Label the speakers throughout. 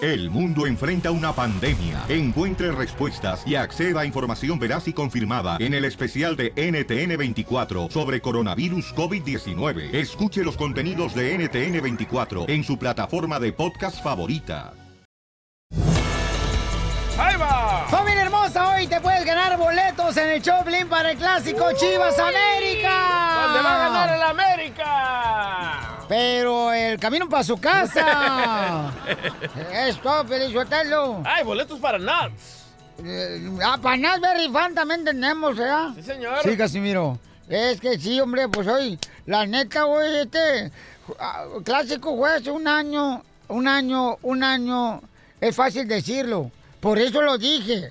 Speaker 1: El mundo enfrenta una pandemia. Encuentre respuestas y acceda a información veraz y confirmada en el especial de NTN24 sobre coronavirus COVID-19. Escuche los contenidos de NTN24 en su plataforma de podcast favorita.
Speaker 2: ¡Ahí va!
Speaker 3: Familia hermosa, hoy te puedes ganar boletos en el Choplin para el clásico Chivas América.
Speaker 2: ¿Dónde va a ganar el América?
Speaker 3: Pero el camino para su casa. Esto, feliz Sotelo.
Speaker 2: ¡Ay, boletos para Nuts!
Speaker 3: Eh, ah, para Nuts Berry Fan también tenemos, ¿verdad?
Speaker 2: Sí, señor.
Speaker 3: Sí, Casimiro. Es que sí, hombre, pues hoy, la neta, hoy este ah, clásico juez, un año, un año, un año, es fácil decirlo. Por eso lo dije.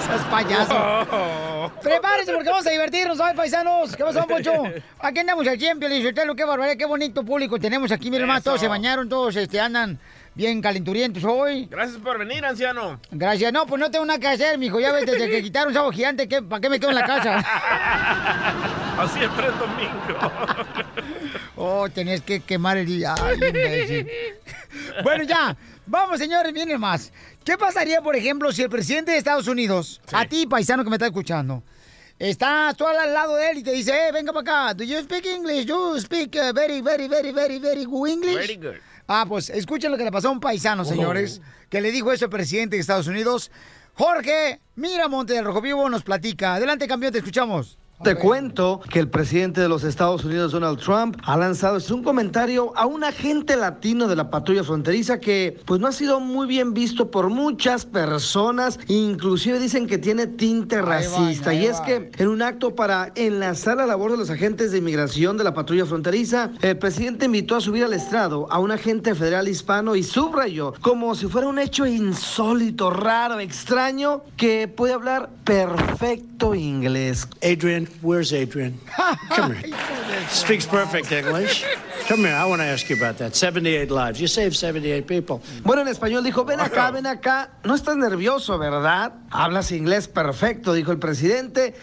Speaker 3: Estás payaso.
Speaker 2: Oh.
Speaker 3: Prepárense porque vamos a divertirnos hoy, paisanos. ¿Qué pasó, Pocho? Aquí andamos al tiempo, Lizotelo. Qué barbaridad, qué bonito público tenemos aquí. Miren más,
Speaker 2: Eso.
Speaker 3: todos se bañaron, todos este, andan bien calenturientos hoy.
Speaker 2: Gracias por venir, anciano.
Speaker 3: Gracias. No, pues no tengo nada que hacer, mijo. Ya ves, desde que quitaron sábado gigante, ¿qué, ¿para qué me quedo en la casa?
Speaker 2: Así es, es domingo.
Speaker 3: Oh, tenés que quemar el día. Ay, imbécil. bueno, ya. Vamos, señores, viene más. ¿Qué pasaría, por ejemplo, si el presidente de Estados Unidos,
Speaker 2: Sí.
Speaker 3: a ti, paisano que me está escuchando, estás tú al lado de él y te dice, eh, venga para acá, do you speak English? You speak eh, very, very, very, very, very good English.
Speaker 2: Very good. Oh.
Speaker 3: Ah, pues escuchen lo que le pasó a un paisano, señores, que le dijo eso el presidente de Estados Unidos. Jorge, mira, Monte del Rojo Vivo nos platica. Adelante, campeón, te escuchamos.
Speaker 4: Te cuento que el presidente de los Estados Unidos, Donald Trump, ha lanzado es un comentario a un agente latino de la patrulla fronteriza que pues no ha sido muy bien visto por muchas personas, inclusive dicen que tiene tinte racista.
Speaker 3: ahí
Speaker 4: y es
Speaker 3: va.
Speaker 4: que en un acto para enlazar la labor de los agentes de inmigración de la patrulla fronteriza, el presidente invitó a subir al estrado a un agente federal hispano y subrayó como si fuera un hecho insólito, raro, extraño, que puede hablar perfecto inglés.
Speaker 5: Adrian, where's Adrian? Come here. Speaks perfect English. Come here, I want to ask you about that. 78 lives. You saved 78 people.
Speaker 4: Bueno, en español dijo, ven acá, ven acá, no estás nervioso, ¿verdad? Hablas inglés perfecto, dijo el presidente.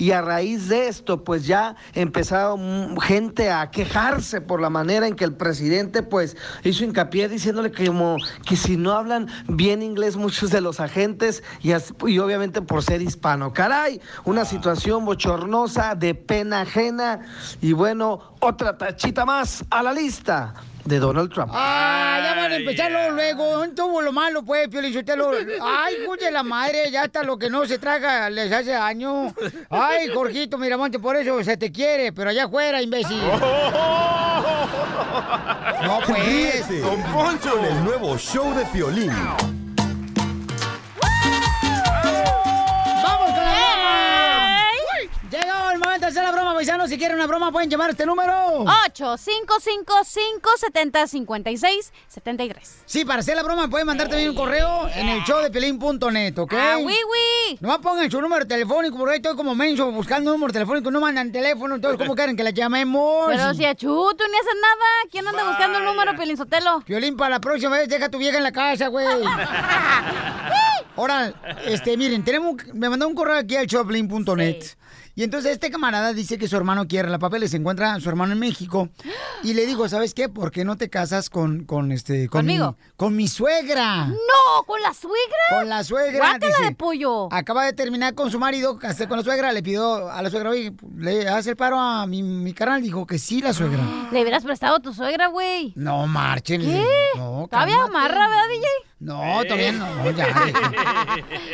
Speaker 4: Y a raíz de esto, pues ya empezaron gente a quejarse por la manera en que el presidente, pues, hizo hincapié diciéndole que como que si no hablan bien inglés muchos de los agentes y, as- y obviamente por ser hispano. Caray, una situación bochornosa, de pena ajena. Y bueno, otra tachita más a la lista de Donald Trump.
Speaker 3: Ah, ya van a
Speaker 2: Ay,
Speaker 3: empezar
Speaker 2: ya.
Speaker 3: luego. Un tubo lo malo, pues, Piolín Sotelo. Ay, escuche la madre, ya hasta lo que no se traga les hace daño. Ay, Jorgito Miramonte, por eso se te quiere, pero allá afuera, imbécil. No, pues.
Speaker 6: Ríete
Speaker 2: Don Poncho.
Speaker 6: con el nuevo show de Piolín.
Speaker 3: Ah, ¡Vamos con la broma! Llegó el momento de hacer la broma, paisanos. Si quieren una broma, pueden llamar a este número.
Speaker 7: 8 5 5 5 70 56 73.
Speaker 3: Sí, para hacer la broma, pueden mandar también un correo en el show de Piolín.net, ¿ok?
Speaker 7: ¡Ah, oui, oui!
Speaker 3: No pongan su número telefónico, porque ahí estoy como menso buscando un número telefónico, no mandan teléfono, entonces ¿cómo quieren que la llamemos?
Speaker 7: Pero si a Chu, tú ni haces nada. ¿Quién anda buscando el número, Pelinzotelo?
Speaker 3: Piolín, para la próxima vez deja a tu vieja en la casa, güey. Ahora, este, miren, tenemos, me mandó un correo aquí al showplane.net.
Speaker 7: Sí.
Speaker 3: Y entonces este camarada dice que su hermano quiere la papel, se encuentra a su hermano en México. Y le digo, ¿sabes qué? ¿Por qué no te casas con, con este, con
Speaker 7: ¿Conmigo?
Speaker 3: Mi, con mi suegra.
Speaker 7: ¡No! ¿Con la suegra?
Speaker 3: Con la suegra.
Speaker 7: Guácala
Speaker 3: dice.
Speaker 7: de pollo!
Speaker 3: Acaba de terminar con su marido, casé con la suegra, le pidió a la suegra, oye, ¿le hace el paro a mi, mi carnal? Dijo que sí, la suegra.
Speaker 7: Le hubieras prestado a tu suegra, güey.
Speaker 3: No marchen.
Speaker 7: ¿Qué?
Speaker 3: No,
Speaker 7: Todavía
Speaker 3: cálmate.
Speaker 7: amarra, ¿verdad, DJ?
Speaker 3: No, todavía Oh, no, ya.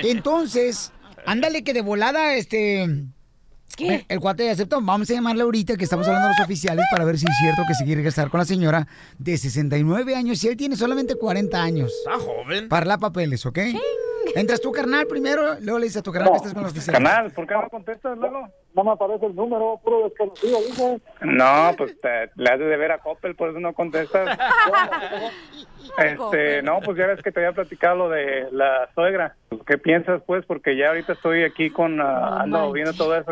Speaker 3: Entonces, ándale que de volada, este.
Speaker 7: ¿Qué?
Speaker 3: El cuate ya aceptó. Vamos a llamarle ahorita que estamos hablando de los oficiales para ver si es cierto que se quiere casar con la señora de 69 años y él tiene solamente 40 años.
Speaker 2: Está joven.
Speaker 3: Parla papeles, ¿ok? Entras tu carnal primero, luego le dices a tu carnal que estás con los oficiales.
Speaker 8: Canal, ¿por qué no contestas luego? No me aparece el número, puro desconocido, dice. No, pues te- le has de deber a Coppel, por eso no contestas. este, no, pues ya ves que te había platicado lo de la suegra. ¿Qué piensas, pues? Porque ya ahorita estoy aquí con, ah,
Speaker 7: No
Speaker 8: ando
Speaker 7: manches.
Speaker 8: viendo todo eso,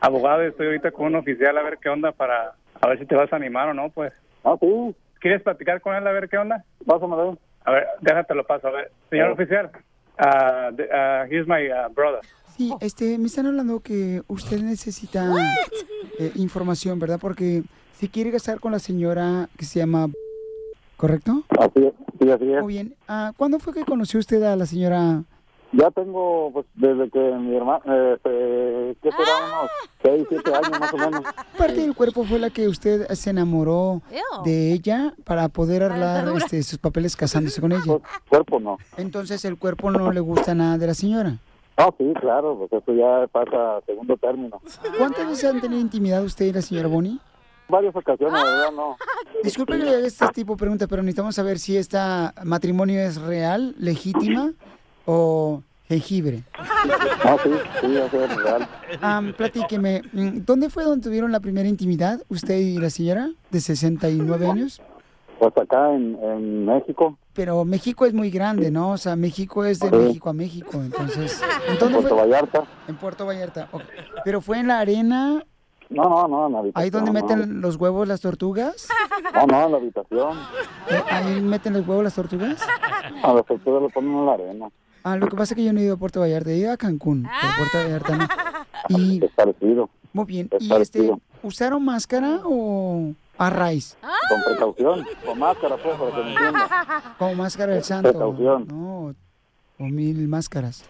Speaker 8: abogado, y estoy ahorita con un oficial a ver qué onda para, a ver si te vas a animar o no, pues. Ah, sí. ¿Quieres platicar con él a ver qué onda? Pásamelo. A ver, déjate lo paso, a ver. Señor oficial, ah, de- ah, here's my ah, brother.
Speaker 9: Sí, este, me están hablando que usted necesita eh, información, ¿verdad? Porque si quiere casar con la señora que se llama... ¿Correcto?
Speaker 8: Así es.
Speaker 10: Sí, así es.
Speaker 3: Muy bien. Ah, ¿Cuándo fue que conoció usted a la señora?
Speaker 10: Ya tengo, pues, desde que mi hermano, eh, eh, ¿qué será?
Speaker 3: ¡Ah!
Speaker 10: Unos 6, 7 años más o menos.
Speaker 3: Parte del cuerpo fue la que usted se enamoró
Speaker 11: Ew.
Speaker 3: de ella para poder arreglar
Speaker 11: dentadura.
Speaker 3: este, sus papeles casándose con ella.
Speaker 10: Cuerpo no.
Speaker 3: Entonces el cuerpo no le gusta nada de la señora.
Speaker 10: Ah, sí, claro, pues eso ya pasa a segundo término.
Speaker 3: ¿Cuántas veces han tenido intimidad usted y la señora Bonnie?
Speaker 10: Varias ocasiones, la verdad, no.
Speaker 3: Disculpe que le haga este tipo de pregunta, pero necesitamos saber si este matrimonio es real, legítima o jengibre.
Speaker 10: Ah, sí, sí, eso es real.
Speaker 3: Am, platíqueme, mm, ¿dónde fue donde tuvieron la primera intimidad, usted y la señora, de 69 años?
Speaker 10: Pues acá en, en México,
Speaker 3: Pero México es muy grande, ¿no? O sea, México es de
Speaker 10: Sí.
Speaker 3: México a México, entonces... ¿En dónde
Speaker 10: Puerto
Speaker 3: fue?
Speaker 10: Vallarta.
Speaker 3: En Puerto Vallarta, ok. ¿Pero fue en la arena,
Speaker 10: No, no, no, en la habitación.
Speaker 3: ahí donde
Speaker 10: no.
Speaker 3: meten los huevos las tortugas?
Speaker 10: No, Ah, no, en la habitación.
Speaker 3: Eh, ¿Ahí meten los huevos las tortugas?
Speaker 10: A los tortugas lo ponen en la arena.
Speaker 3: Ah, lo que pasa es que yo no he ido a Puerto Vallarta, he ido a Cancún, pero a Puerto Vallarta no. Y,
Speaker 10: Es parecido,
Speaker 3: muy bien,
Speaker 10: es
Speaker 3: ¿y este,
Speaker 10: parecido.
Speaker 3: usaron máscara o arraiz?
Speaker 10: Con precaución, con máscara, pues, para que me entiendan.
Speaker 3: Como máscara del santo.
Speaker 10: Precaución.
Speaker 3: No, o mil máscaras.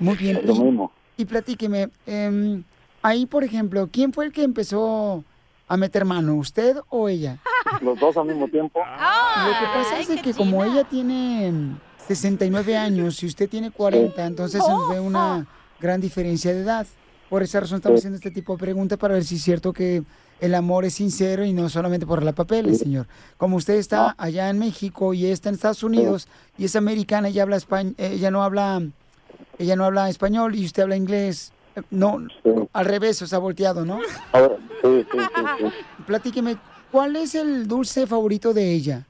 Speaker 3: Muy bien.
Speaker 10: Es lo mismo.
Speaker 3: Y, y platíqueme, em, ahí por ejemplo, ¿quién fue el que empezó a meter mano, usted o ella?
Speaker 10: Los dos al mismo tiempo.
Speaker 3: Lo que pasa es de que como ella tiene 69 años y usted tiene 40, entonces se nos ve una gran diferencia de edad. Por esa razón estamos haciendo este tipo de preguntas para ver si es cierto que el amor es sincero y no solamente por la papeles, señor. Como usted está allá en México y está en Estados Unidos y es americana, ella habla español, ella no habla ella no habla español y usted habla inglés. Eh, No, al revés, o sea, volteado, ¿no?
Speaker 10: A ver, sí, sí, sí, sí.
Speaker 3: Platíqueme, ¿cuál es el dulce favorito de ella?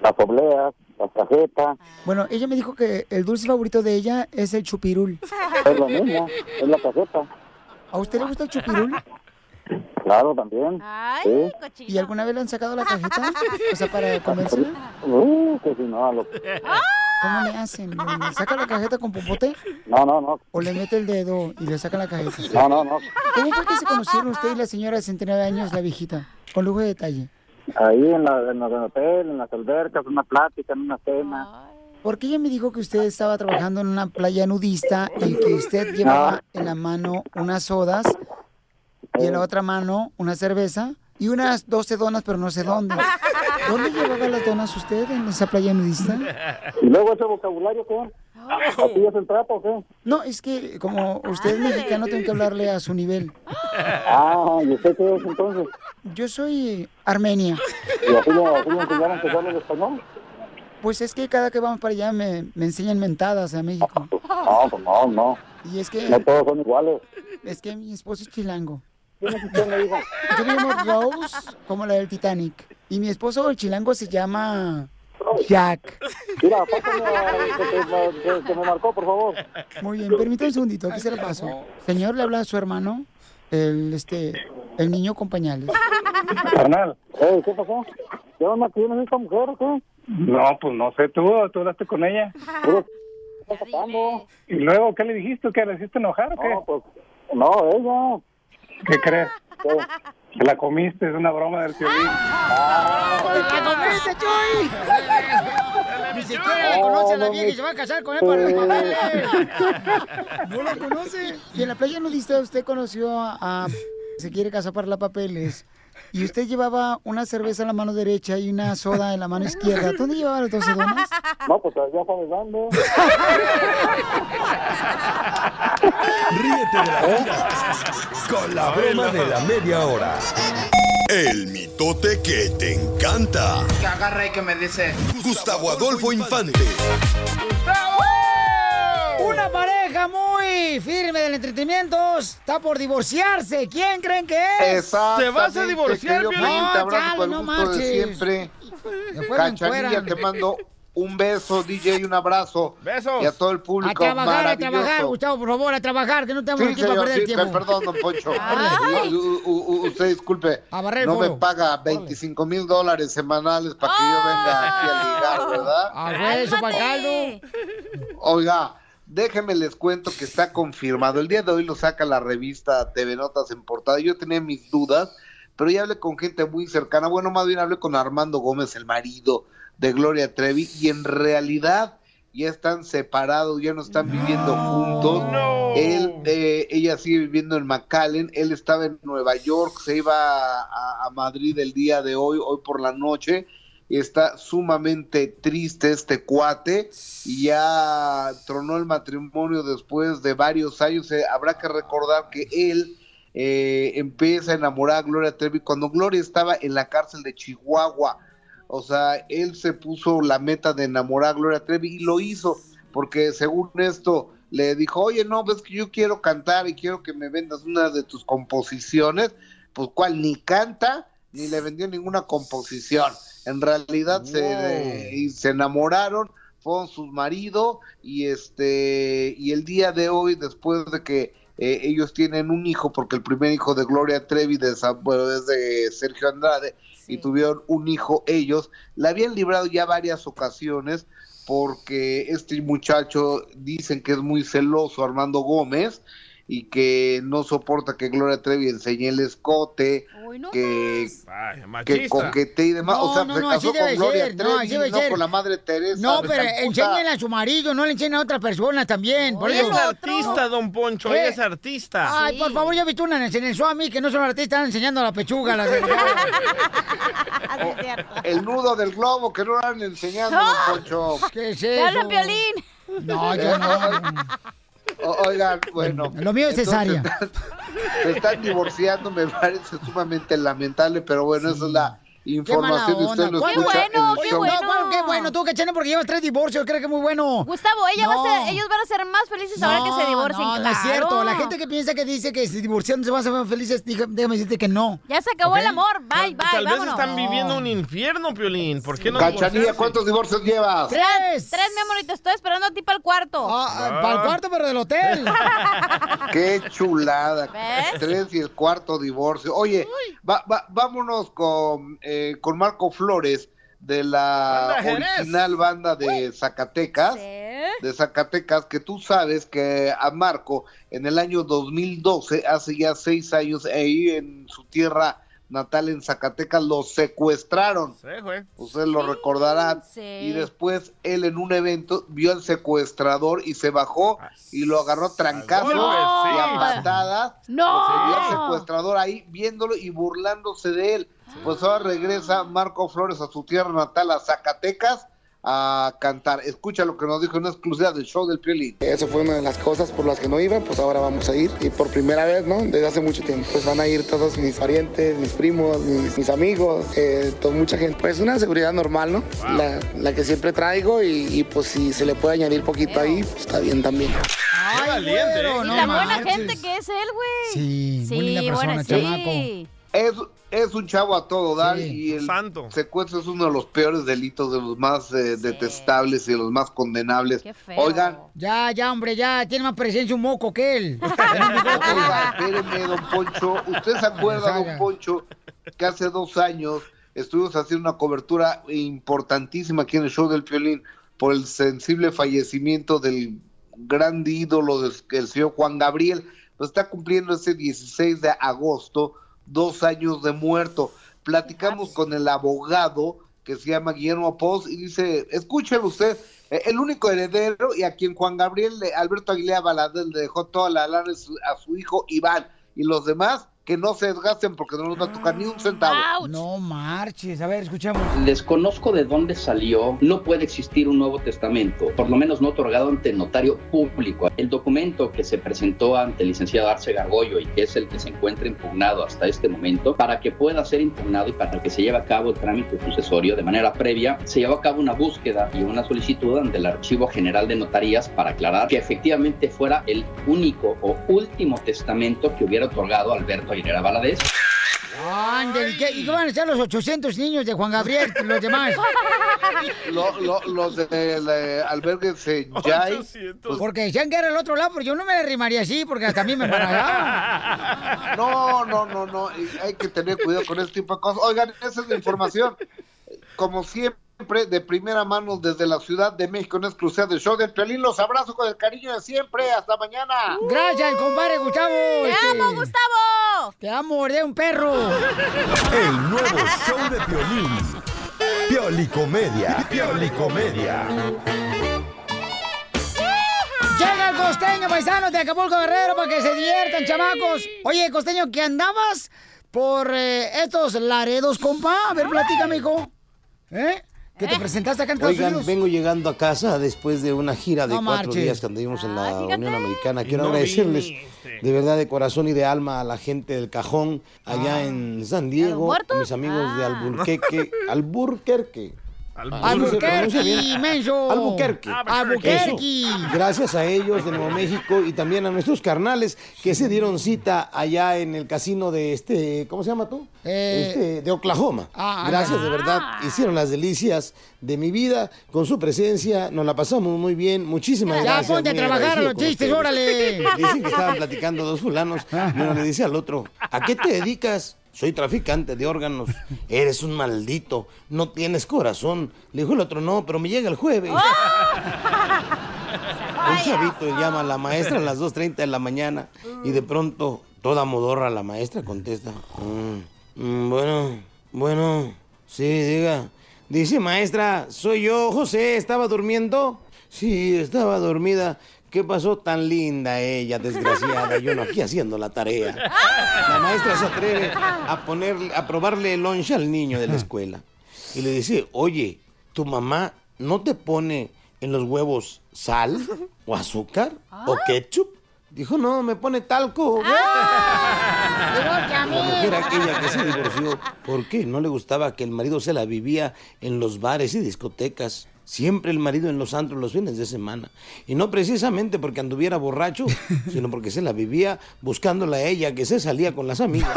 Speaker 10: Las obleas, las tarjetas,
Speaker 3: Bueno, ella me dijo que el dulce favorito de ella es el chupirul.
Speaker 10: es lo mismo, es la tarjeta.
Speaker 3: ¿A usted le gusta el chupirul?
Speaker 10: Claro, también.
Speaker 11: Ay,
Speaker 10: Sí.
Speaker 11: cochino.
Speaker 3: ¿Y alguna vez le han sacado la tarjeta? O sea, para comérsela.
Speaker 10: Uh, que si no, lo-
Speaker 3: ¿Cómo le hacen? ¿Le saca la tarjeta con popote?
Speaker 10: no, no, no,
Speaker 3: ¿O le mete el dedo y le saca la tarjeta?
Speaker 10: no, no, no.
Speaker 3: ¿Cómo fue que se conocieron usted y la señora de 69 años, la viejita? Con lujo de detalle.
Speaker 10: Ahí en, la, en el hotel, en las albercas, una plática, en una cena.
Speaker 3: Porque ella me dijo que usted estaba trabajando en una playa nudista y que usted
Speaker 10: Ah.
Speaker 3: llevaba en la mano unas sodas y en la otra mano una cerveza y unas 12 donas, pero no sé dónde. ¿Dónde llevaba las donas usted en esa playa nudista?
Speaker 10: Y luego ese vocabulario, ¿qué? ¿Así es el trato o qué?
Speaker 3: No, es que como usted es mexicano, tengo que hablarle a su nivel.
Speaker 10: Ah, ¿y usted qué es entonces?
Speaker 3: Yo soy Armenia.
Speaker 10: ¿Y así lo, así lo enseñaron que se habla el español?
Speaker 3: Pues es que cada que vamos para allá me, me enseñan mentadas a México.
Speaker 10: No, pues no, no.
Speaker 3: Y es
Speaker 10: No
Speaker 3: que,
Speaker 10: todos son iguales.
Speaker 3: es que mi esposo es chilango.
Speaker 10: ¿Quién es usted, me dijo?
Speaker 3: Yo me llamo Rose, como la del Titanic. Y mi esposo, el chilango, se llama Jack.
Speaker 10: Mira, pásame
Speaker 3: Ah.
Speaker 10: a- que, te- que- que me marcó, por favor.
Speaker 3: Muy bien, permítame un segundito, aquí se lo paso. Señor, le habla a su hermano, el, este, el niño con pañales.
Speaker 10: Carnal. Ey, ¿qué pasó? ¿Qué onda? ¿Tienes esta mujer o qué? No, pues no sé tú, tú hablaste con ella. ¿Y luego qué le dijiste? ¿Que le hiciste enojar o qué? No, pues, no, ella. ¿Qué crees? Que la comiste, es una broma del tío
Speaker 8: Ah, Ni siquiera la conoce a la vieja y se va a casar con él por los papeles.
Speaker 3: No la conoce. Y en la playa nudista usted conoció a, a- Se quiere casar para la papeles. Y usted llevaba una cerveza en la mano derecha y una soda en la mano izquierda. ¿Dónde llevaba las 12 donas?
Speaker 10: No, pues ya sabes dónde.
Speaker 12: Ríete de la
Speaker 8: ¿Eh?
Speaker 12: vida con la broma de la media hora.
Speaker 6: El mitote que te encanta.
Speaker 13: que agarra y que me dice,
Speaker 6: Gustavo Adolfo Infante.
Speaker 8: Una pareja muy firme del entretenimiento está por divorciarse. ¿Quién creen que es?
Speaker 13: Exactamente,
Speaker 14: ¿Te vas a divorciar,
Speaker 13: querido
Speaker 14: Piolín?
Speaker 13: Piolín, te
Speaker 8: No,
Speaker 13: abrazo
Speaker 8: chale,
Speaker 13: con el
Speaker 8: no
Speaker 13: gusto de
Speaker 8: marches.
Speaker 13: siempre.
Speaker 8: Después me
Speaker 13: Cachanilla,
Speaker 8: encueran.
Speaker 13: te mando un beso, DJ, un abrazo.
Speaker 14: Besos.
Speaker 13: Y a todo el
Speaker 8: A
Speaker 13: público
Speaker 8: trabajar, a
Speaker 13: maravilloso.
Speaker 8: trabajar, Gustavo, por favor, a trabajar, que no tenemos
Speaker 13: Sí,
Speaker 8: aquí para
Speaker 13: señor,
Speaker 8: perder el
Speaker 13: sí,
Speaker 8: tiempo.
Speaker 13: perdón, don Poncho.
Speaker 3: Ah.
Speaker 8: Órale.
Speaker 13: U- u- u- usted disculpe,
Speaker 8: A barrer el
Speaker 13: no me
Speaker 8: foro.
Speaker 13: paga 25 mil dólares semanales para que yo venga aquí a ligar, ¿verdad?
Speaker 8: A hueso, pa' caldo.
Speaker 13: Oiga, déjenme les cuento que está confirmado. El día de hoy lo saca la revista TV Notas en portada. Yo tenía mis dudas, pero ya hablé con gente muy cercana. Bueno, más bien hablé con Armando Gómez, el marido de Gloria Trevi y en realidad ya están separados, ya no están viviendo juntos. Él, eh, ella sigue viviendo en McAllen, él estaba en Nueva York, se iba a, a- a Madrid el día de hoy, hoy por la noche. Está sumamente triste este cuate y ya tronó el matrimonio después de varios años. Eh, habrá que recordar que él eh, empieza a enamorar a Gloria Trevi cuando Gloria estaba en la cárcel de Chihuahua. O sea, él se puso la meta de enamorar a Gloria Trevi y lo hizo, porque según esto le dijo, oye, no, ves que yo quiero cantar y quiero que me vendas una de tus composiciones, pues cual ni canta ni le vendió ninguna composición. En realidad se, eh, y se enamoraron, fueron sus maridos y este y el día de hoy, después de que eh, ellos tienen un hijo, porque el primer hijo de Gloria Trevi de Sa- bueno, es de Sergio Andrade, y tuvieron un hijo ellos, la habían librado ya varias ocasiones porque este muchacho dicen que es muy celoso, Armando Gómez, y que no soporta que Gloria Trevi enseñe el escote, que, que
Speaker 2: machista.
Speaker 13: coquetee y demás.
Speaker 3: No,
Speaker 13: o sea,
Speaker 3: no,
Speaker 13: se
Speaker 3: no,
Speaker 13: casó
Speaker 3: así debe
Speaker 13: con Gloria
Speaker 3: ser, no, así
Speaker 13: Trevi, no,
Speaker 3: debe ser.
Speaker 13: con la madre Teresa.
Speaker 3: No,
Speaker 13: de
Speaker 3: pero
Speaker 13: Calcuta.
Speaker 3: enséñenle a su marido, no le enseñen a otra persona también. Por
Speaker 2: Ella
Speaker 3: eso.
Speaker 2: es artista, don Poncho, ella
Speaker 3: ¿Eh?
Speaker 2: es artista.
Speaker 3: Ay, por favor, ya vi tú unas en el Suami que no son artistas, están enseñando la pechuga. las-
Speaker 13: El nudo del globo que no lo han enseñado, don Poncho.
Speaker 3: ¡Ah! ¿Qué es
Speaker 7: ¡Te habla
Speaker 3: eso?
Speaker 7: Piolín!
Speaker 3: No, yo no.
Speaker 13: O- Oigan, bueno.
Speaker 3: Lo mío es cesárea.
Speaker 13: Se están divorciando, me parece sumamente lamentable, pero bueno, esa es la
Speaker 3: Qué mala
Speaker 13: información de
Speaker 3: onda.
Speaker 13: usted. Lo escucha en el
Speaker 3: Oye,
Speaker 13: show.
Speaker 3: No, ¿cuál? qué bueno. Tú que chene porque llevas tres divorcios, creo que muy bueno.
Speaker 7: Gustavo, ella
Speaker 3: No.
Speaker 7: va a ser- ellos van a ser más felices ahora que se divorcien.
Speaker 3: No, no es
Speaker 7: claro.
Speaker 3: cierto. La gente que piensa que dice que si divorciando se van a ser felices, diga- déjame decirte que no.
Speaker 7: Ya se acabó
Speaker 3: ¿Ok?
Speaker 7: el amor. Bye, bye,
Speaker 3: pues,
Speaker 2: Tal vez
Speaker 7: vámonos.
Speaker 2: están viviendo un infierno, Piolín. ¿Por qué no?
Speaker 13: Cachanilla,
Speaker 2: divorciarse?
Speaker 13: ¿cuántos divorcios llevas?
Speaker 7: Tres. Tres, mi amorito. Estoy esperando a ti para el cuarto.
Speaker 13: ah, pa'l cuarto,
Speaker 3: pero del hotel.
Speaker 13: Qué chulada. Tres y el cuarto divorcio. Oye, va- va- vámonos con, eh, con Marco Flores de la
Speaker 15: Banda Jerez.
Speaker 13: original banda de Zacatecas. De Zacatecas, que tú sabes que a Marco en el año 2012, hace ya seis años, ahí en su tierra natal en Zacatecas, lo secuestraron.
Speaker 2: Sí, güey.
Speaker 13: Usted lo recordará.
Speaker 2: sí.
Speaker 13: Y después él en un evento vio al secuestrador y se bajó y lo agarró a trancazos
Speaker 2: golpes, pues
Speaker 7: pues
Speaker 2: sí.
Speaker 13: y a patadas.
Speaker 7: No.
Speaker 13: Se vio al Pues secuestrador ahí viéndolo y burlándose de él. Pues ahora regresa Marco Flores a su tierra natal, a Zacatecas, a cantar. Escucha lo que nos dijo en una exclusiva del show del Piolín.
Speaker 16: Eso fue una de las cosas por las que no iba, pues ahora vamos a ir. Y por primera vez, ¿no? Desde hace mucho tiempo. Pues van a ir todos mis parientes, mis primos, mis, mis amigos, eh, to- mucha gente. Pues una seguridad normal, ¿no? La, la que siempre traigo y, y, pues si se le puede añadir poquito ahí, pues está bien también.
Speaker 3: Ay,
Speaker 2: valiente,
Speaker 3: güero,
Speaker 2: ¿eh?
Speaker 3: no
Speaker 7: La buena
Speaker 3: marches.
Speaker 7: gente que es él, güey.
Speaker 3: Sí,
Speaker 7: muy linda Sí, persona, buena, sí.
Speaker 13: Es, es un chavo a todo dar y el
Speaker 2: Santo.
Speaker 13: secuestro es uno de los peores delitos, de los más eh, detestables y de los más condenables. Oigan,
Speaker 3: Ya, ya, hombre, ya. Tiene más presencia un moco que él.
Speaker 13: Oiga, espéreme, don Poncho. ¿Usted se acuerda, don Poncho, que hace dos años estuvimos haciendo una cobertura importantísima aquí en el show del Piolín por el sensible fallecimiento del grande ídolo del el señor Juan Gabriel? Pues está cumpliendo ese 16 de agosto dos años de muerto. Platicamos con el abogado que se llama Guillermo Poz y dice, escúchelo usted, eh, el único heredero y a quien Juan Gabriel eh, Alberto Aguilera Valadez le dejó toda la lana es a su hijo Iván y los demás que no se desgasten porque no nos va a tocar ni un centavo.
Speaker 3: No marches. A ver, escuchamos.
Speaker 17: Desconozco de dónde salió. No puede existir un Nuevo Testamento, por lo menos no otorgado ante notario público. El documento que se presentó ante el licenciado Arce Gargollo y que es el que se encuentra impugnado hasta este momento, para que pueda ser impugnado y para que se lleve a cabo el trámite sucesorio de manera previa, se llevó a cabo una búsqueda y una solicitud ante el Archivo General de Notarías para aclarar que efectivamente fuera el único o último testamento que hubiera otorgado Alberto Aguilera Valadez.
Speaker 3: Ándale, ¿y qué, y qué van a echar los 800 niños de Juan Gabriel, los demás?
Speaker 13: Lo- lo- los del eh, albergue se Yay, pues,
Speaker 3: Porque decían que era el otro lado, pero yo no me la rimaría así, porque hasta a mí me embaragaban.
Speaker 13: No, no, no, no. y Hay que tener cuidado con este tipo de cosas. Oigan, esa es la información. Como siempre, de primera mano desde la Ciudad de México, en exclusiva del show del Piolín. Los abrazo con el cariño de siempre. Hasta mañana.
Speaker 3: Gracias, compadre Gustavo. este,
Speaker 13: Te amo,
Speaker 3: Gustavo! Te amo, morder un perro.
Speaker 6: El nuevo show de Piolín. Piolicomedia. Piolicomedia.
Speaker 3: Llega el costeño, paisanos de Acapulco Guerrero, para que se diviertan, chamacos. Oye, costeño, ¿qué andabas por eh, estos laredos, compa? A ver, platícame, hijo. ¿Eh? ¿Que te presentaste acá en Estados
Speaker 15: Oigan,
Speaker 3: Unidos?
Speaker 15: vengo llegando a casa después de una gira de
Speaker 3: No
Speaker 15: cuatro
Speaker 3: marches. Ah,
Speaker 15: días que anduvimos en la Unión Americana. Quiero
Speaker 18: no
Speaker 15: agradecerles
Speaker 3: este.
Speaker 15: de verdad, de corazón y de alma a la gente del Cajón allá
Speaker 3: Ah.
Speaker 15: en San Diego, a mis amigos de Alburquerque. Alburquerque.
Speaker 3: Alburquerque, menso.
Speaker 15: Alburquerque.
Speaker 3: Alburquerque.
Speaker 15: Eso. Gracias a ellos de Nuevo México y también a nuestros carnales que se dieron cita allá en el casino de este, ¿cómo se llama tú?
Speaker 3: Eh,
Speaker 15: Este, de Oklahoma.
Speaker 3: Ah,
Speaker 15: Gracias,
Speaker 3: ah.
Speaker 15: de verdad. Hicieron las delicias de mi vida con su presencia. Nos la pasamos muy bien. Muchísimas
Speaker 3: Ya,
Speaker 15: gracias.
Speaker 3: ponte a
Speaker 15: muy
Speaker 3: trabajar a los
Speaker 15: agradecido con
Speaker 3: chistes,
Speaker 15: ustedes.
Speaker 3: órale.
Speaker 15: Dicen que estaban platicando dos fulanos y uno le dice al otro, ¿a qué te dedicas? Soy traficante de órganos. Eres un maldito. No tienes corazón. Le dijo el otro, no, pero me llega el jueves. Un chavito llama a la maestra a las 2.30 de la mañana y de pronto toda modorra la maestra contesta. "Mm, mm, bueno, bueno, sí, diga. Dice maestra, soy yo, José, ¿estaba durmiendo? Sí, estaba dormida. ¿Qué pasó tan linda ella, desgraciada? Yo no aquí haciendo la tarea. La maestra se atreve a, ponerle, a probarle el lonche al niño de la escuela. Y le dice, oye, ¿tu mamá no te pone en los huevos sal o azúcar o ketchup? Dijo, no, me pone talco.
Speaker 3: Igual que a
Speaker 15: La mujer
Speaker 3: mí.
Speaker 15: aquella que se divorció, ¿por qué? No le gustaba que el marido se la vivía en los bares y discotecas. Siempre el marido en los antros los fines de semana. Y no precisamente porque anduviera borracho, sino porque se la vivía buscándola a ella que se salía con las amigas.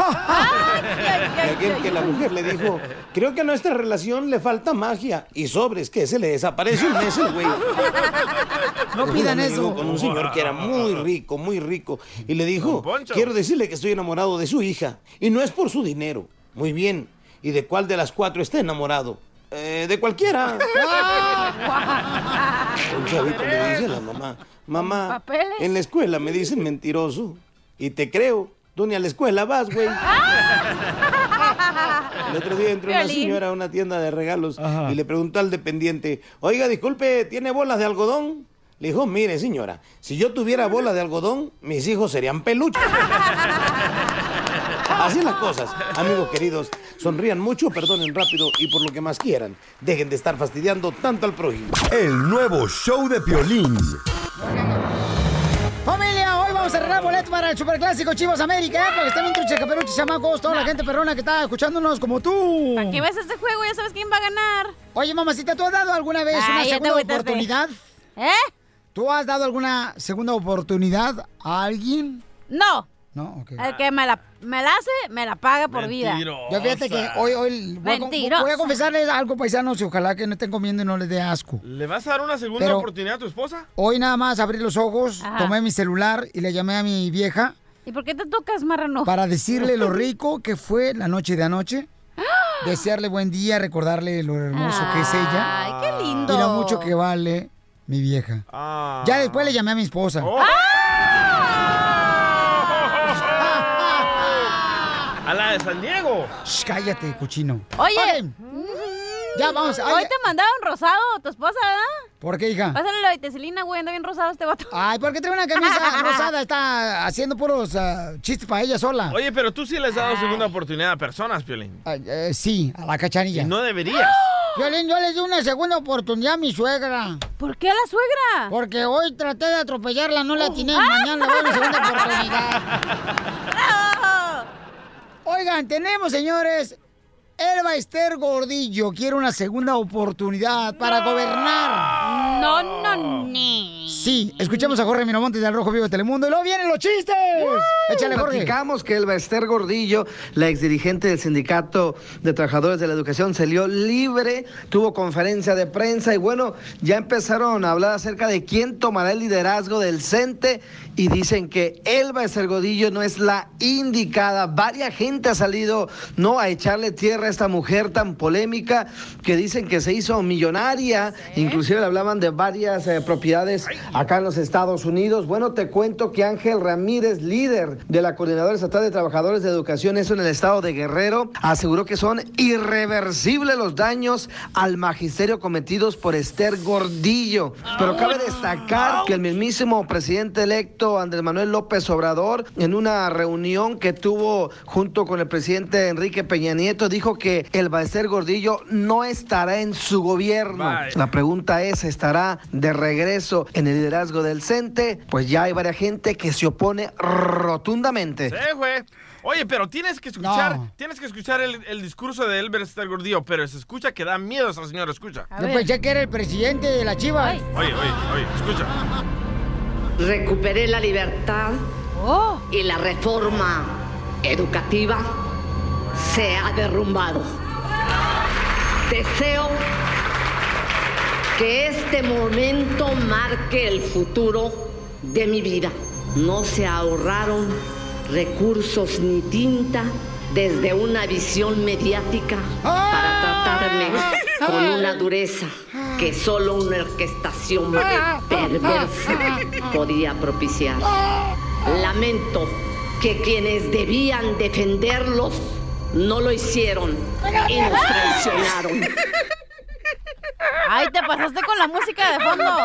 Speaker 15: Y aquel que la mujer le dijo, creo que a nuestra relación le falta magia. Y sobres, que se le desaparece un mes el güey.
Speaker 3: No
Speaker 15: Yo
Speaker 3: pidan
Speaker 15: me llegó
Speaker 3: eso.
Speaker 15: Con un señor que era muy rico, muy rico. Y le dijo, quiero decirle que estoy enamorado de su hija. Y no es por su dinero. Muy bien. ¿Y de cuál de las cuatro está enamorado? "Eh, de cualquiera. Un chavito le dice a la mamá, mamá,
Speaker 18: ¿Papeles?
Speaker 15: en la escuela me dicen mentiroso. Y te creo. Tú ni a la escuela vas, güey. El otro día entró una
Speaker 18: Ah. Violín.
Speaker 15: señora a una tienda de regalos y le preguntó al dependiente, oiga, disculpe, ¿tiene bolas de algodón? Le dijo, mire señora, si yo tuviera bolas de algodón, mis hijos serían peluches. Así las cosas, amigos queridos. Sonrían mucho, perdonen rápido y por lo que más quieran. Dejen de estar fastidiando tanto al prójimo.
Speaker 6: El nuevo show de Piolín.
Speaker 3: Familia, hoy vamos a arreglar boletos para el Superclásico Chivas América, ¿eh? porque están bien truchas, caperuchas, chamacos, toda la gente perrona que está escuchándonos como tú.
Speaker 7: ¿Qué ves este juego? Ya sabes quién va a ganar.
Speaker 3: Oye, mamacita, ¿tú has dado alguna vez
Speaker 7: Ah,
Speaker 3: una
Speaker 7: ya te
Speaker 3: segunda
Speaker 7: agüitaste.
Speaker 3: oportunidad?
Speaker 7: ¿Eh?
Speaker 3: ¿Tú has dado alguna segunda oportunidad a alguien?
Speaker 7: No.
Speaker 3: No, ok.
Speaker 7: El que me la, me la hace, me la paga por vida.
Speaker 3: Yo fíjate que hoy, hoy voy, a, con-
Speaker 7: Mentirosa.
Speaker 3: voy a confesarles algo, paisanos, y ojalá que no estén comiendo y no les dé asco.
Speaker 2: ¿Le vas a dar una segunda
Speaker 3: Pero-
Speaker 2: oportunidad a tu esposa?
Speaker 3: Hoy nada más abrí los ojos,
Speaker 7: Ajá.
Speaker 3: tomé mi celular y le llamé a mi vieja
Speaker 7: ¿Y por qué te tocas, marrano?
Speaker 3: para decirle lo rico que fue la noche de anoche, desearle buen día, recordarle lo hermoso que es ella.
Speaker 7: Ay, qué lindo.
Speaker 3: Y lo mucho que vale mi vieja.
Speaker 2: Ah.
Speaker 3: Ya después le llamé a mi esposa.
Speaker 2: Oh.
Speaker 7: Ah.
Speaker 2: A la de San Diego.
Speaker 3: Shh, cállate, cochino.
Speaker 7: Oye. Mm.
Speaker 3: Ya, vamos.
Speaker 7: Hoy te mandaron rosado tu esposa, ¿verdad?
Speaker 3: ¿Por qué, hija?
Speaker 7: Pásale la vitecelina, güey. Anda bien rosado este vato.
Speaker 3: Ay, ¿por qué trae una camisa rosada? Está haciendo puros ah, chistes para ella sola.
Speaker 2: Oye, pero tú sí le has dado segunda oportunidad a personas, Piolín.
Speaker 3: Ay, eh, sí, a la cachanilla.
Speaker 2: Y no deberías.
Speaker 3: Ah. Violín, yo les di una segunda oportunidad a mi suegra.
Speaker 7: ¿Por qué a la suegra? Oh.
Speaker 3: Porque hoy traté de atropellarla, no la atiné. Mañana le doy una segunda oportunidad. Oigan, tenemos, señores, el Baester Gordillo quiere una segunda oportunidad para gobernar.
Speaker 7: No, no, ni.
Speaker 3: Sí, escuchemos a Jorge Miramontes del Rojo Vivo de Telemundo y luego vienen los chistes. Échale, Jorge.
Speaker 4: Platicamos que el Bester Gordillo, la exdirigente del Sindicato de Trabajadores de la Educación, salió libre, tuvo conferencia de prensa y bueno, ya empezaron a hablar acerca de quién tomará el liderazgo del CENTE y dicen que el Bester Gordillo no es la indicada. Varia gente ha salido no a echarle tierra a esta mujer tan polémica que dicen que se hizo millonaria, inclusive le hablaban de varias eh, propiedades acá en los Estados Unidos. Bueno, te cuento que Ángel Ramírez, líder de la Coordinadora Estatal de Trabajadores de Educación, eso en el estado de Guerrero, aseguró que son irreversibles los daños al magisterio cometidos por Esther Gordillo. Pero cabe destacar que el mismísimo presidente electo Andrés Manuel López Obrador, en una reunión que tuvo junto con el presidente Enrique Peña Nieto, dijo que el Baester Gordillo no estará en su gobierno. La pregunta es, ¿estará de regreso en el liderazgo del CENTE? Pues ya hay varias gente que se opone rotundamente.
Speaker 2: Sí, güey. Oye, pero tienes que escuchar,
Speaker 4: No.
Speaker 2: tienes que escuchar el, el discurso de Elber Estar Gordillo, pero se escucha que da miedo esa señora, escucha.
Speaker 3: Yo pensé que era el presidente de la Chiva.
Speaker 2: Oye, oye, oye, escucha.
Speaker 18: Recuperé la libertad y la reforma educativa se ha derrumbado. Deseo que este momento marque el futuro de mi vida. No se ahorraron recursos ni tinta desde una visión mediática para tratarme con una dureza que solo una orquestación perversa podía propiciar. Lamento que quienes debían defenderlos no lo hicieron y nos traicionaron.
Speaker 7: Ay, te pasaste con la música de fondo.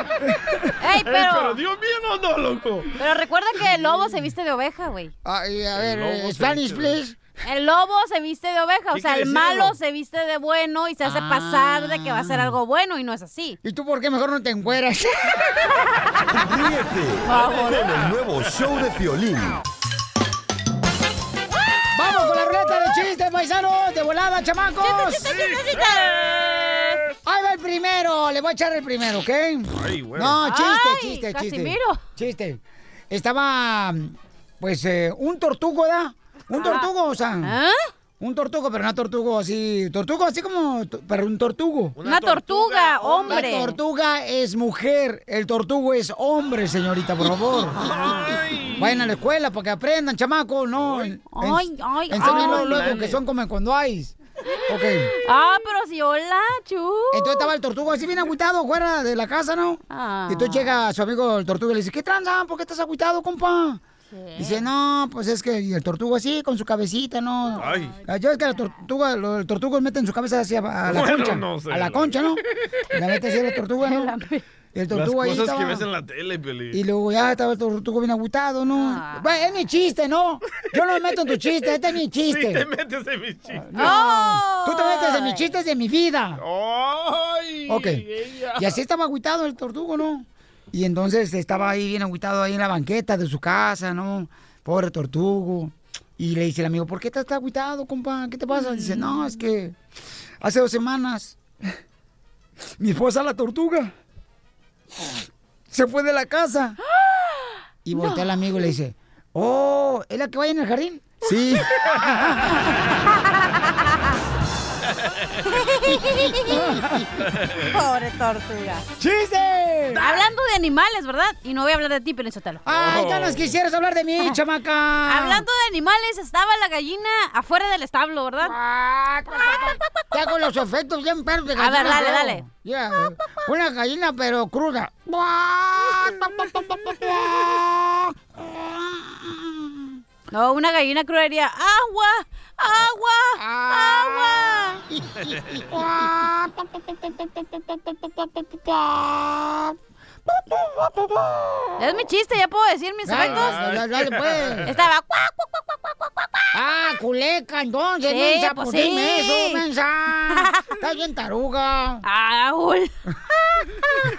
Speaker 7: Ey, pero...
Speaker 2: Eh, pero Dios mío, no, no, loco.
Speaker 7: Pero recuerda que el lobo se viste de oveja, güey.
Speaker 3: Ay, a ver, eh, Spanish, please.
Speaker 7: El lobo se viste de oveja, o
Speaker 3: ¿Qué
Speaker 7: sea, el
Speaker 3: quiere decir,
Speaker 7: malo
Speaker 3: lobo?
Speaker 7: se viste de bueno y se
Speaker 2: Ah.
Speaker 7: hace pasar de que va a ser algo bueno y no es así.
Speaker 3: ¿Y tú por qué mejor no te encueras?
Speaker 6: Con el nuevo show de Piolín.
Speaker 3: ¡Vamos con la ruleta de chistes, paisanos! ¡De volada, chamacos!
Speaker 6: Chiste, chiste, chiste, chiste.
Speaker 3: Ahí va el primero, le voy a echar el primero, ¿ok?
Speaker 6: Ay, güey.
Speaker 3: No, chiste,
Speaker 6: Ay,
Speaker 3: chiste,
Speaker 6: Casimiro.
Speaker 3: chiste. Chiste. Estaba, pues, eh, un tortugo, ¿da? Un tortugo, o sea.
Speaker 7: ¿Ah?
Speaker 3: Un tortugo, pero no tortugo así. Tortugo así como. to- Pero un tortugo.
Speaker 7: Una Una tortuga, tortuga, hombre.
Speaker 3: La tortuga es mujer, el tortugo es hombre, señorita, por favor. Vayan a la escuela para que aprendan, chamaco, no. en-
Speaker 7: Ay,
Speaker 3: ens-
Speaker 7: ay,
Speaker 3: enséñanos
Speaker 7: ay.
Speaker 3: luego que son como cuando hay. Ok.
Speaker 7: Ah, pero si hola, chu.
Speaker 3: Entonces estaba el tortugo así bien agüitado fuera de la casa, ¿no?
Speaker 7: Ah.
Speaker 3: Y entonces llega su amigo el tortugo y le dice, ¿qué tranza? ¿Por qué estás agüitado, compa? Dice, no, pues es que y el tortugo así, con su cabecita, ¿no?
Speaker 6: Ay.
Speaker 3: Ah, Yo es que la tortuga, lo- el tortugo mete en su cabeza hacia a la
Speaker 2: Bueno,
Speaker 3: concha.
Speaker 2: no sé,
Speaker 3: a la
Speaker 2: güey.
Speaker 3: concha, ¿no? La mete así a la tortuga, ¿no? Y el tortugo
Speaker 2: Las
Speaker 3: ahí
Speaker 2: cosas que
Speaker 3: estaba-
Speaker 2: ves en la tele, Peli.
Speaker 3: y luego ya estaba el tortugo bien agüitado, ¿no? Bueno, es mi chiste, ¿no? Yo no me meto en tu chiste, este es mi chiste.
Speaker 2: Ah.
Speaker 3: Ah,
Speaker 2: Sí, te ¡Oh! metes en mis chistes.
Speaker 3: No,
Speaker 7: ¡Oh!
Speaker 3: tú te metes en mis chistes de mi vida.
Speaker 2: ¡Ay!
Speaker 3: Ok.
Speaker 2: ella.
Speaker 3: Y así estaba agüitado el tortugo, ¿no? Y entonces estaba ahí bien agüitado ahí en la banqueta de su casa, ¿no? Pobre tortugo. Y le dice el amigo, ¿por qué estás tan agüitado, compa? ¿Qué te pasa? Dice, no, es que hace dos semanas mi esposa la tortuga se fue de la casa. Y voltea al amigo y le dice, oh, ¿es la que vaya en el jardín? Sí.
Speaker 7: Pobre tortuga.
Speaker 3: ¡Chiste!
Speaker 7: Hablando de animales, ¿verdad? Y no voy a hablar de ti, pero
Speaker 3: Ay, ya nos quisieras hablar de mí, chamaca.
Speaker 7: Hablando de animales, estaba la gallina afuera del establo, ¿verdad?
Speaker 3: Ah, Ya con los efectos bien perros de
Speaker 7: A
Speaker 3: gallina.
Speaker 7: ver, dale,
Speaker 3: creo.
Speaker 7: dale.
Speaker 3: Ya, Una gallina, pero cruda.
Speaker 7: No, una gallina cruda diría, agua, agua, agua. Es mi chiste, ya puedo decir mis
Speaker 3: Dale,
Speaker 7: efectos.
Speaker 3: dale, dale, pues.
Speaker 7: Estaba cuac,
Speaker 3: Ah, culeca, entonces,
Speaker 7: Sí,
Speaker 3: mensa,
Speaker 7: pues
Speaker 3: pues
Speaker 7: sí.
Speaker 3: dime eso, mensa. Estás bien taruga.
Speaker 7: Ah, ul.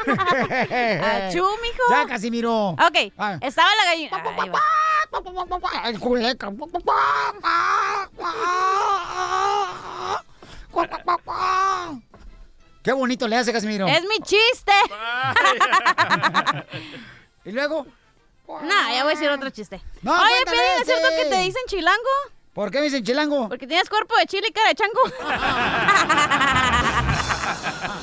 Speaker 7: Achú, mijo. Ah.
Speaker 3: Ya, Ah. Casimiro.
Speaker 7: Ok, estaba la gallina. Ahí va.
Speaker 3: El culeca. Qué bonito le hace, Casimiro.
Speaker 7: Es mi chiste.
Speaker 3: ¿Y luego?
Speaker 7: Nah, ya voy a decir otro chiste.
Speaker 3: No,
Speaker 7: Oye,
Speaker 3: cuéntale
Speaker 7: Pelín, ¿es
Speaker 3: ese.
Speaker 7: cierto que te dicen chilango?
Speaker 3: ¿Por qué me dicen chilango?
Speaker 7: Porque tienes cuerpo de chile y cara de chango.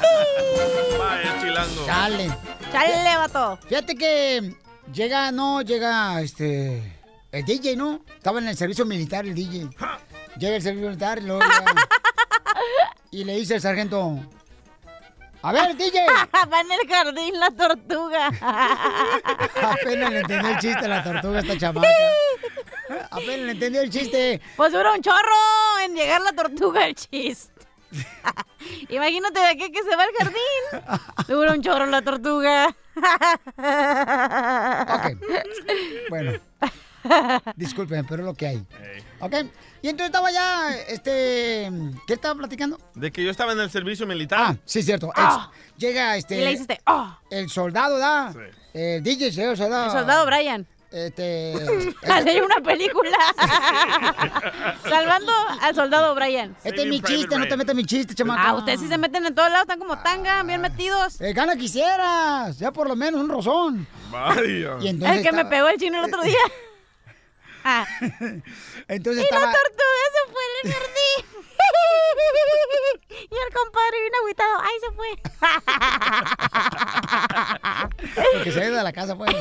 Speaker 2: Vaya, chilango.
Speaker 3: Chale.
Speaker 7: Chale, vato.
Speaker 3: Fíjate que llega, no, llega este. El DJ, ¿no? Estaba en el servicio militar el DJ. Llega el servicio militar y luego ya- Y le dice el sargento: A ver, DJ.
Speaker 7: Va en el jardín la tortuga.
Speaker 3: Apenas le entendió el chiste a la tortuga esta chamaca. Apenas le entendió el chiste.
Speaker 7: Pues dura un chorro en llegar la tortuga al chiste. Imagínate de aquí que se va al jardín. Dura un chorro la tortuga.
Speaker 3: Bueno. Disculpen, pero es lo que hay. Ok. Y entonces estaba ya, este... ¿Qué estaba platicando?
Speaker 2: De que yo estaba en el servicio militar.
Speaker 3: Sí, es cierto.
Speaker 2: Ah.
Speaker 3: Es- Llega este...
Speaker 7: Y le hiciste, "Oh".
Speaker 3: El soldado, ¿da? El DJ, llega el soldado.
Speaker 7: El soldado Brian.
Speaker 3: Este...
Speaker 7: Hacer una película. Salvando al soldado Brian.
Speaker 3: Este es mi chiste, no te metas en mi chiste, chamaca.
Speaker 7: Ah, ustedes sí se meten en todos lados, están como tanga, bien metidos.
Speaker 3: Eh, gana quisieras, ya por lo menos un rozón.
Speaker 2: Vaya.
Speaker 3: Y entonces
Speaker 7: el que me
Speaker 3: estaba-
Speaker 7: pegó el chino el otro día. Ah.
Speaker 3: Entonces
Speaker 7: y
Speaker 3: estaba...
Speaker 7: la tortuga se fue en el jardín. y el compadre bien agüitado. ¡Ay, se fue!
Speaker 3: Porque se ha ido de la casa, pues.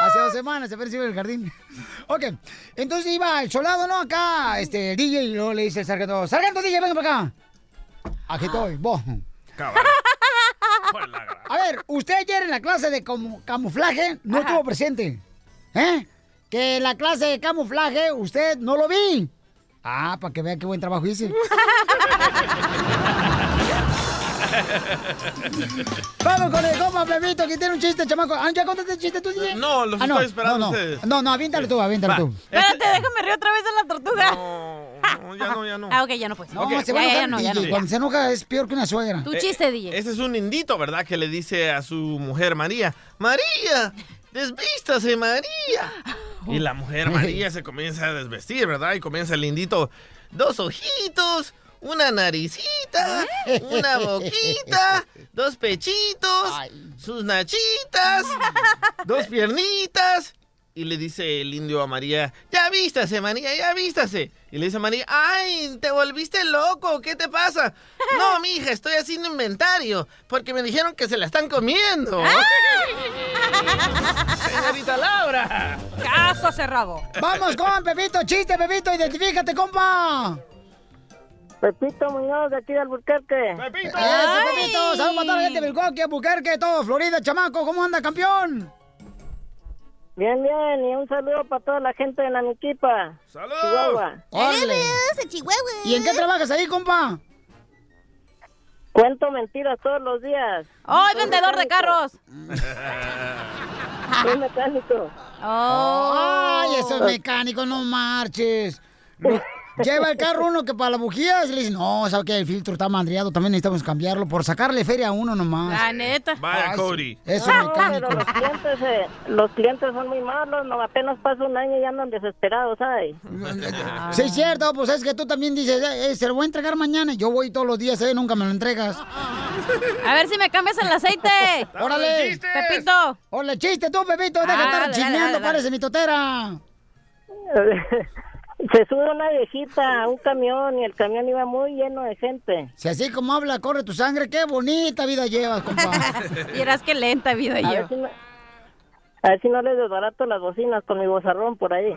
Speaker 3: Hace dos semanas se fue encima del jardín. Ok, entonces iba el soldado, ¿no? Acá, este, el DJ, y luego le dice el sargento, sargento DJ, venga para acá. Aquí estoy, vos. A ver, usted ayer en la clase de camu- camuflaje no estuvo presente. ¿Eh? Que en la clase de camuflaje usted no lo vi. Ah, para que vea qué buen trabajo hice. Vamos con el compa Pepito, que tiene un chiste, chamaco. Ah, ¿ya contaste el chiste tú, DJ?
Speaker 2: No, los
Speaker 3: Ah,
Speaker 2: estoy esperando
Speaker 3: no, no.
Speaker 2: ustedes.
Speaker 3: No, no, aviéntalo tú, aviéntalo tú.
Speaker 7: Espérate, déjame reír otra vez en la tortuga.
Speaker 2: No, ya no, ya no.
Speaker 7: Ah, ok, ya no pues.
Speaker 3: No,
Speaker 7: Ok,
Speaker 3: se va a
Speaker 7: ya,
Speaker 3: enojar
Speaker 7: ya, ya no, ya
Speaker 3: DJ.
Speaker 7: no.
Speaker 3: Cuando se enoja es peor que una suegra.
Speaker 7: Tu chiste, DJ.
Speaker 2: Eh, Ese es un indito, ¿verdad? Que le dice a su mujer María, María, desvístase, María. Y la mujer María se comienza a desvestir, ¿verdad? Y comienza el indito, dos ojitos, una naricita, una boquita, dos pechitos, sus nachitas, dos piernitas. Y le dice el indio a María, ya vístase, María, ya vístase. Y le dice a María, ay, te volviste loco, ¿qué te pasa? No, mija, estoy haciendo inventario, porque me dijeron que se la están comiendo. Señorita Laura.
Speaker 7: ¡Ah! Caso cerrado.
Speaker 3: Vamos con Pepito, chiste, Pepito, identifícate, compa.
Speaker 19: Pepito Muñoz, de aquí de Alburquerque.
Speaker 2: ¡Pepito!
Speaker 3: ¡Ese Pepito! ¡Saludos para toda la gente de Albuquerque, Albuquerque, todo! Florida, chamaco, ¿cómo anda, campeón?
Speaker 19: Bien, bien, y un saludo para toda la gente de Namiquipa.
Speaker 2: ¡Saludos!
Speaker 19: Chihuahua.
Speaker 7: Chihuahua.
Speaker 3: ¿Y en qué trabajas ahí, compa?
Speaker 19: Cuento mentiras todos los días.
Speaker 7: ¡Oh, el vendedor de carros!
Speaker 19: Soy mecánico.
Speaker 3: ¡Ay, esos mecánicos, no marches! Lo- Lleva el carro uno que para las bujías y le dice, no, ¿sabes qué? El filtro está mandriado, también necesitamos cambiarlo por sacarle feria a uno nomás.
Speaker 7: La neta.
Speaker 2: Vaya,
Speaker 3: Ay,
Speaker 2: Cody.
Speaker 3: sí. Eso,
Speaker 19: No,
Speaker 3: mecánico.
Speaker 19: pero los clientes, eh, los clientes son muy malos, no apenas pasa un año y andan desesperados, ¿sabes?
Speaker 3: Sí, es cierto, pues es que tú también dices, "Eh, eh, se lo voy a entregar mañana. Yo voy todos los días, eh, nunca me lo entregas.
Speaker 7: A ver si me cambias el aceite.
Speaker 3: ¡Órale!
Speaker 7: chistes! ¡Pepito!
Speaker 3: ¡Órale, chiste tú, Pepito! ¡Deja de
Speaker 19: Ah,
Speaker 3: estar
Speaker 19: dale, dale,
Speaker 3: chineando,
Speaker 19: dale,
Speaker 3: parece mi totera!
Speaker 19: Se sube una viejita a un camión y el camión iba muy lleno de gente.
Speaker 3: Si así como habla, corre tu sangre, qué bonita vida llevas, compa.
Speaker 7: Vieras qué lenta vida
Speaker 19: A
Speaker 7: yo.
Speaker 19: ver si no, a ver si no les desbarato las bocinas con mi bozarrón por ahí.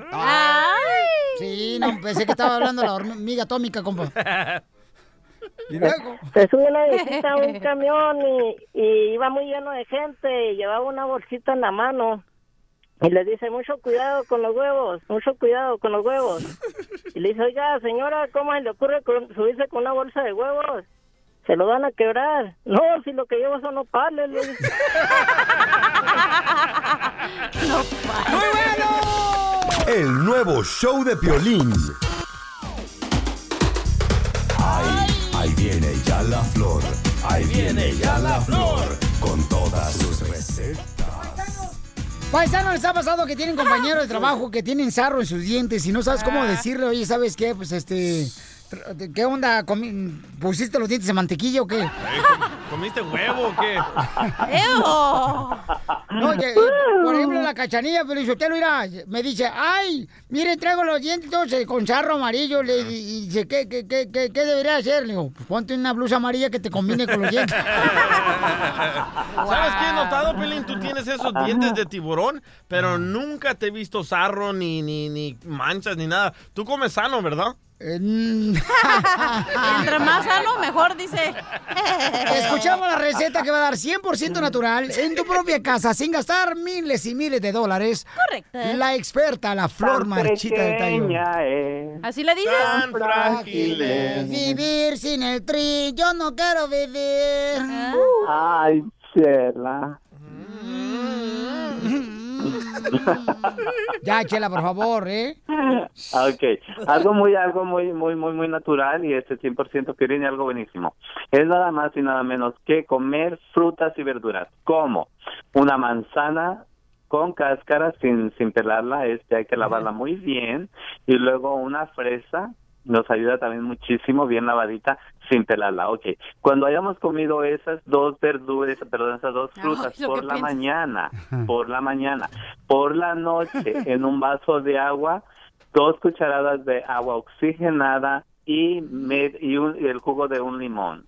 Speaker 3: Sí, no, pensé que estaba hablando la hormiga atómica, compa. Y luego,
Speaker 19: Se sube una viejita a un camión y, y iba muy lleno de gente y llevaba una bolsita en la mano. Y le dice, mucho cuidado con los huevos, mucho cuidado con los huevos. Y le dice, oiga, señora, ¿cómo se le ocurre con- subirse con una bolsa de huevos? Se lo van a quebrar. No, si lo que llevo son opales. le dice.
Speaker 6: El nuevo show de Piolín. Ahí, ahí viene ya la flor. Ahí viene ya la flor. Con todas sus recetas.
Speaker 3: Paisano, ¿les ha pasado que tienen compañeros de trabajo que tienen sarro en sus dientes y no sabes
Speaker 19: Ah.
Speaker 3: cómo decirle, oye, ¿sabes qué? Pues este. tr- ¿Qué onda? Comi- ¿Pusiste los dientes de mantequilla o qué?
Speaker 2: ¿Comiste huevo o qué?
Speaker 19: Ah.
Speaker 3: No, que, eh, por ejemplo, la cachanilla, pero usted lo irá, me dice, ay, mire, traigo los dientes todos, eh, con sarro amarillo, le, y dice, ¿qué, qué, qué, qué, qué debería hacer? Le digo, pues ponte una blusa amarilla que te combine con los dientes.
Speaker 2: ¿Sabes qué he notado, Pelín? Tú tienes esos
Speaker 20: Ajá.
Speaker 2: dientes de tiburón, pero nunca te he visto sarro, ni, ni, ni manchas, ni nada. Tú comes sano, ¿verdad?
Speaker 3: Eh,
Speaker 7: Entre más sano, mejor, dice.
Speaker 3: Ah. Escuchamos la receta que va a dar 100% natural en tu propia casa sin gastar miles y miles de dólares.
Speaker 7: Correcto.
Speaker 3: La experta, la flor marchita del tallo.
Speaker 7: ¿Así le dices?
Speaker 3: Tan frágil es. Vivir sin el tri, yo no quiero vivir. Uh,
Speaker 20: Ay, Chela.
Speaker 3: Ya, Chela, por favor, ¿eh?
Speaker 20: Ah, Ok, algo muy, algo muy, muy, muy, muy natural y este 100% piolín y algo buenísimo. Es nada más y nada menos que comer frutas y verduras. Como una manzana con cáscara sin, sin pelarla, este hay que lavarla muy bien y luego una fresa nos ayuda también muchísimo, bien lavadita, sin pelarla. Ok, cuando hayamos comido esas dos verduras, perdón, esas dos frutas
Speaker 10: lo
Speaker 20: por
Speaker 10: que
Speaker 20: la
Speaker 10: piensas.
Speaker 20: mañana, por la mañana, por la noche, en un vaso de agua, dos cucharadas de agua oxigenada y, med- y, un- y el jugo de un limón.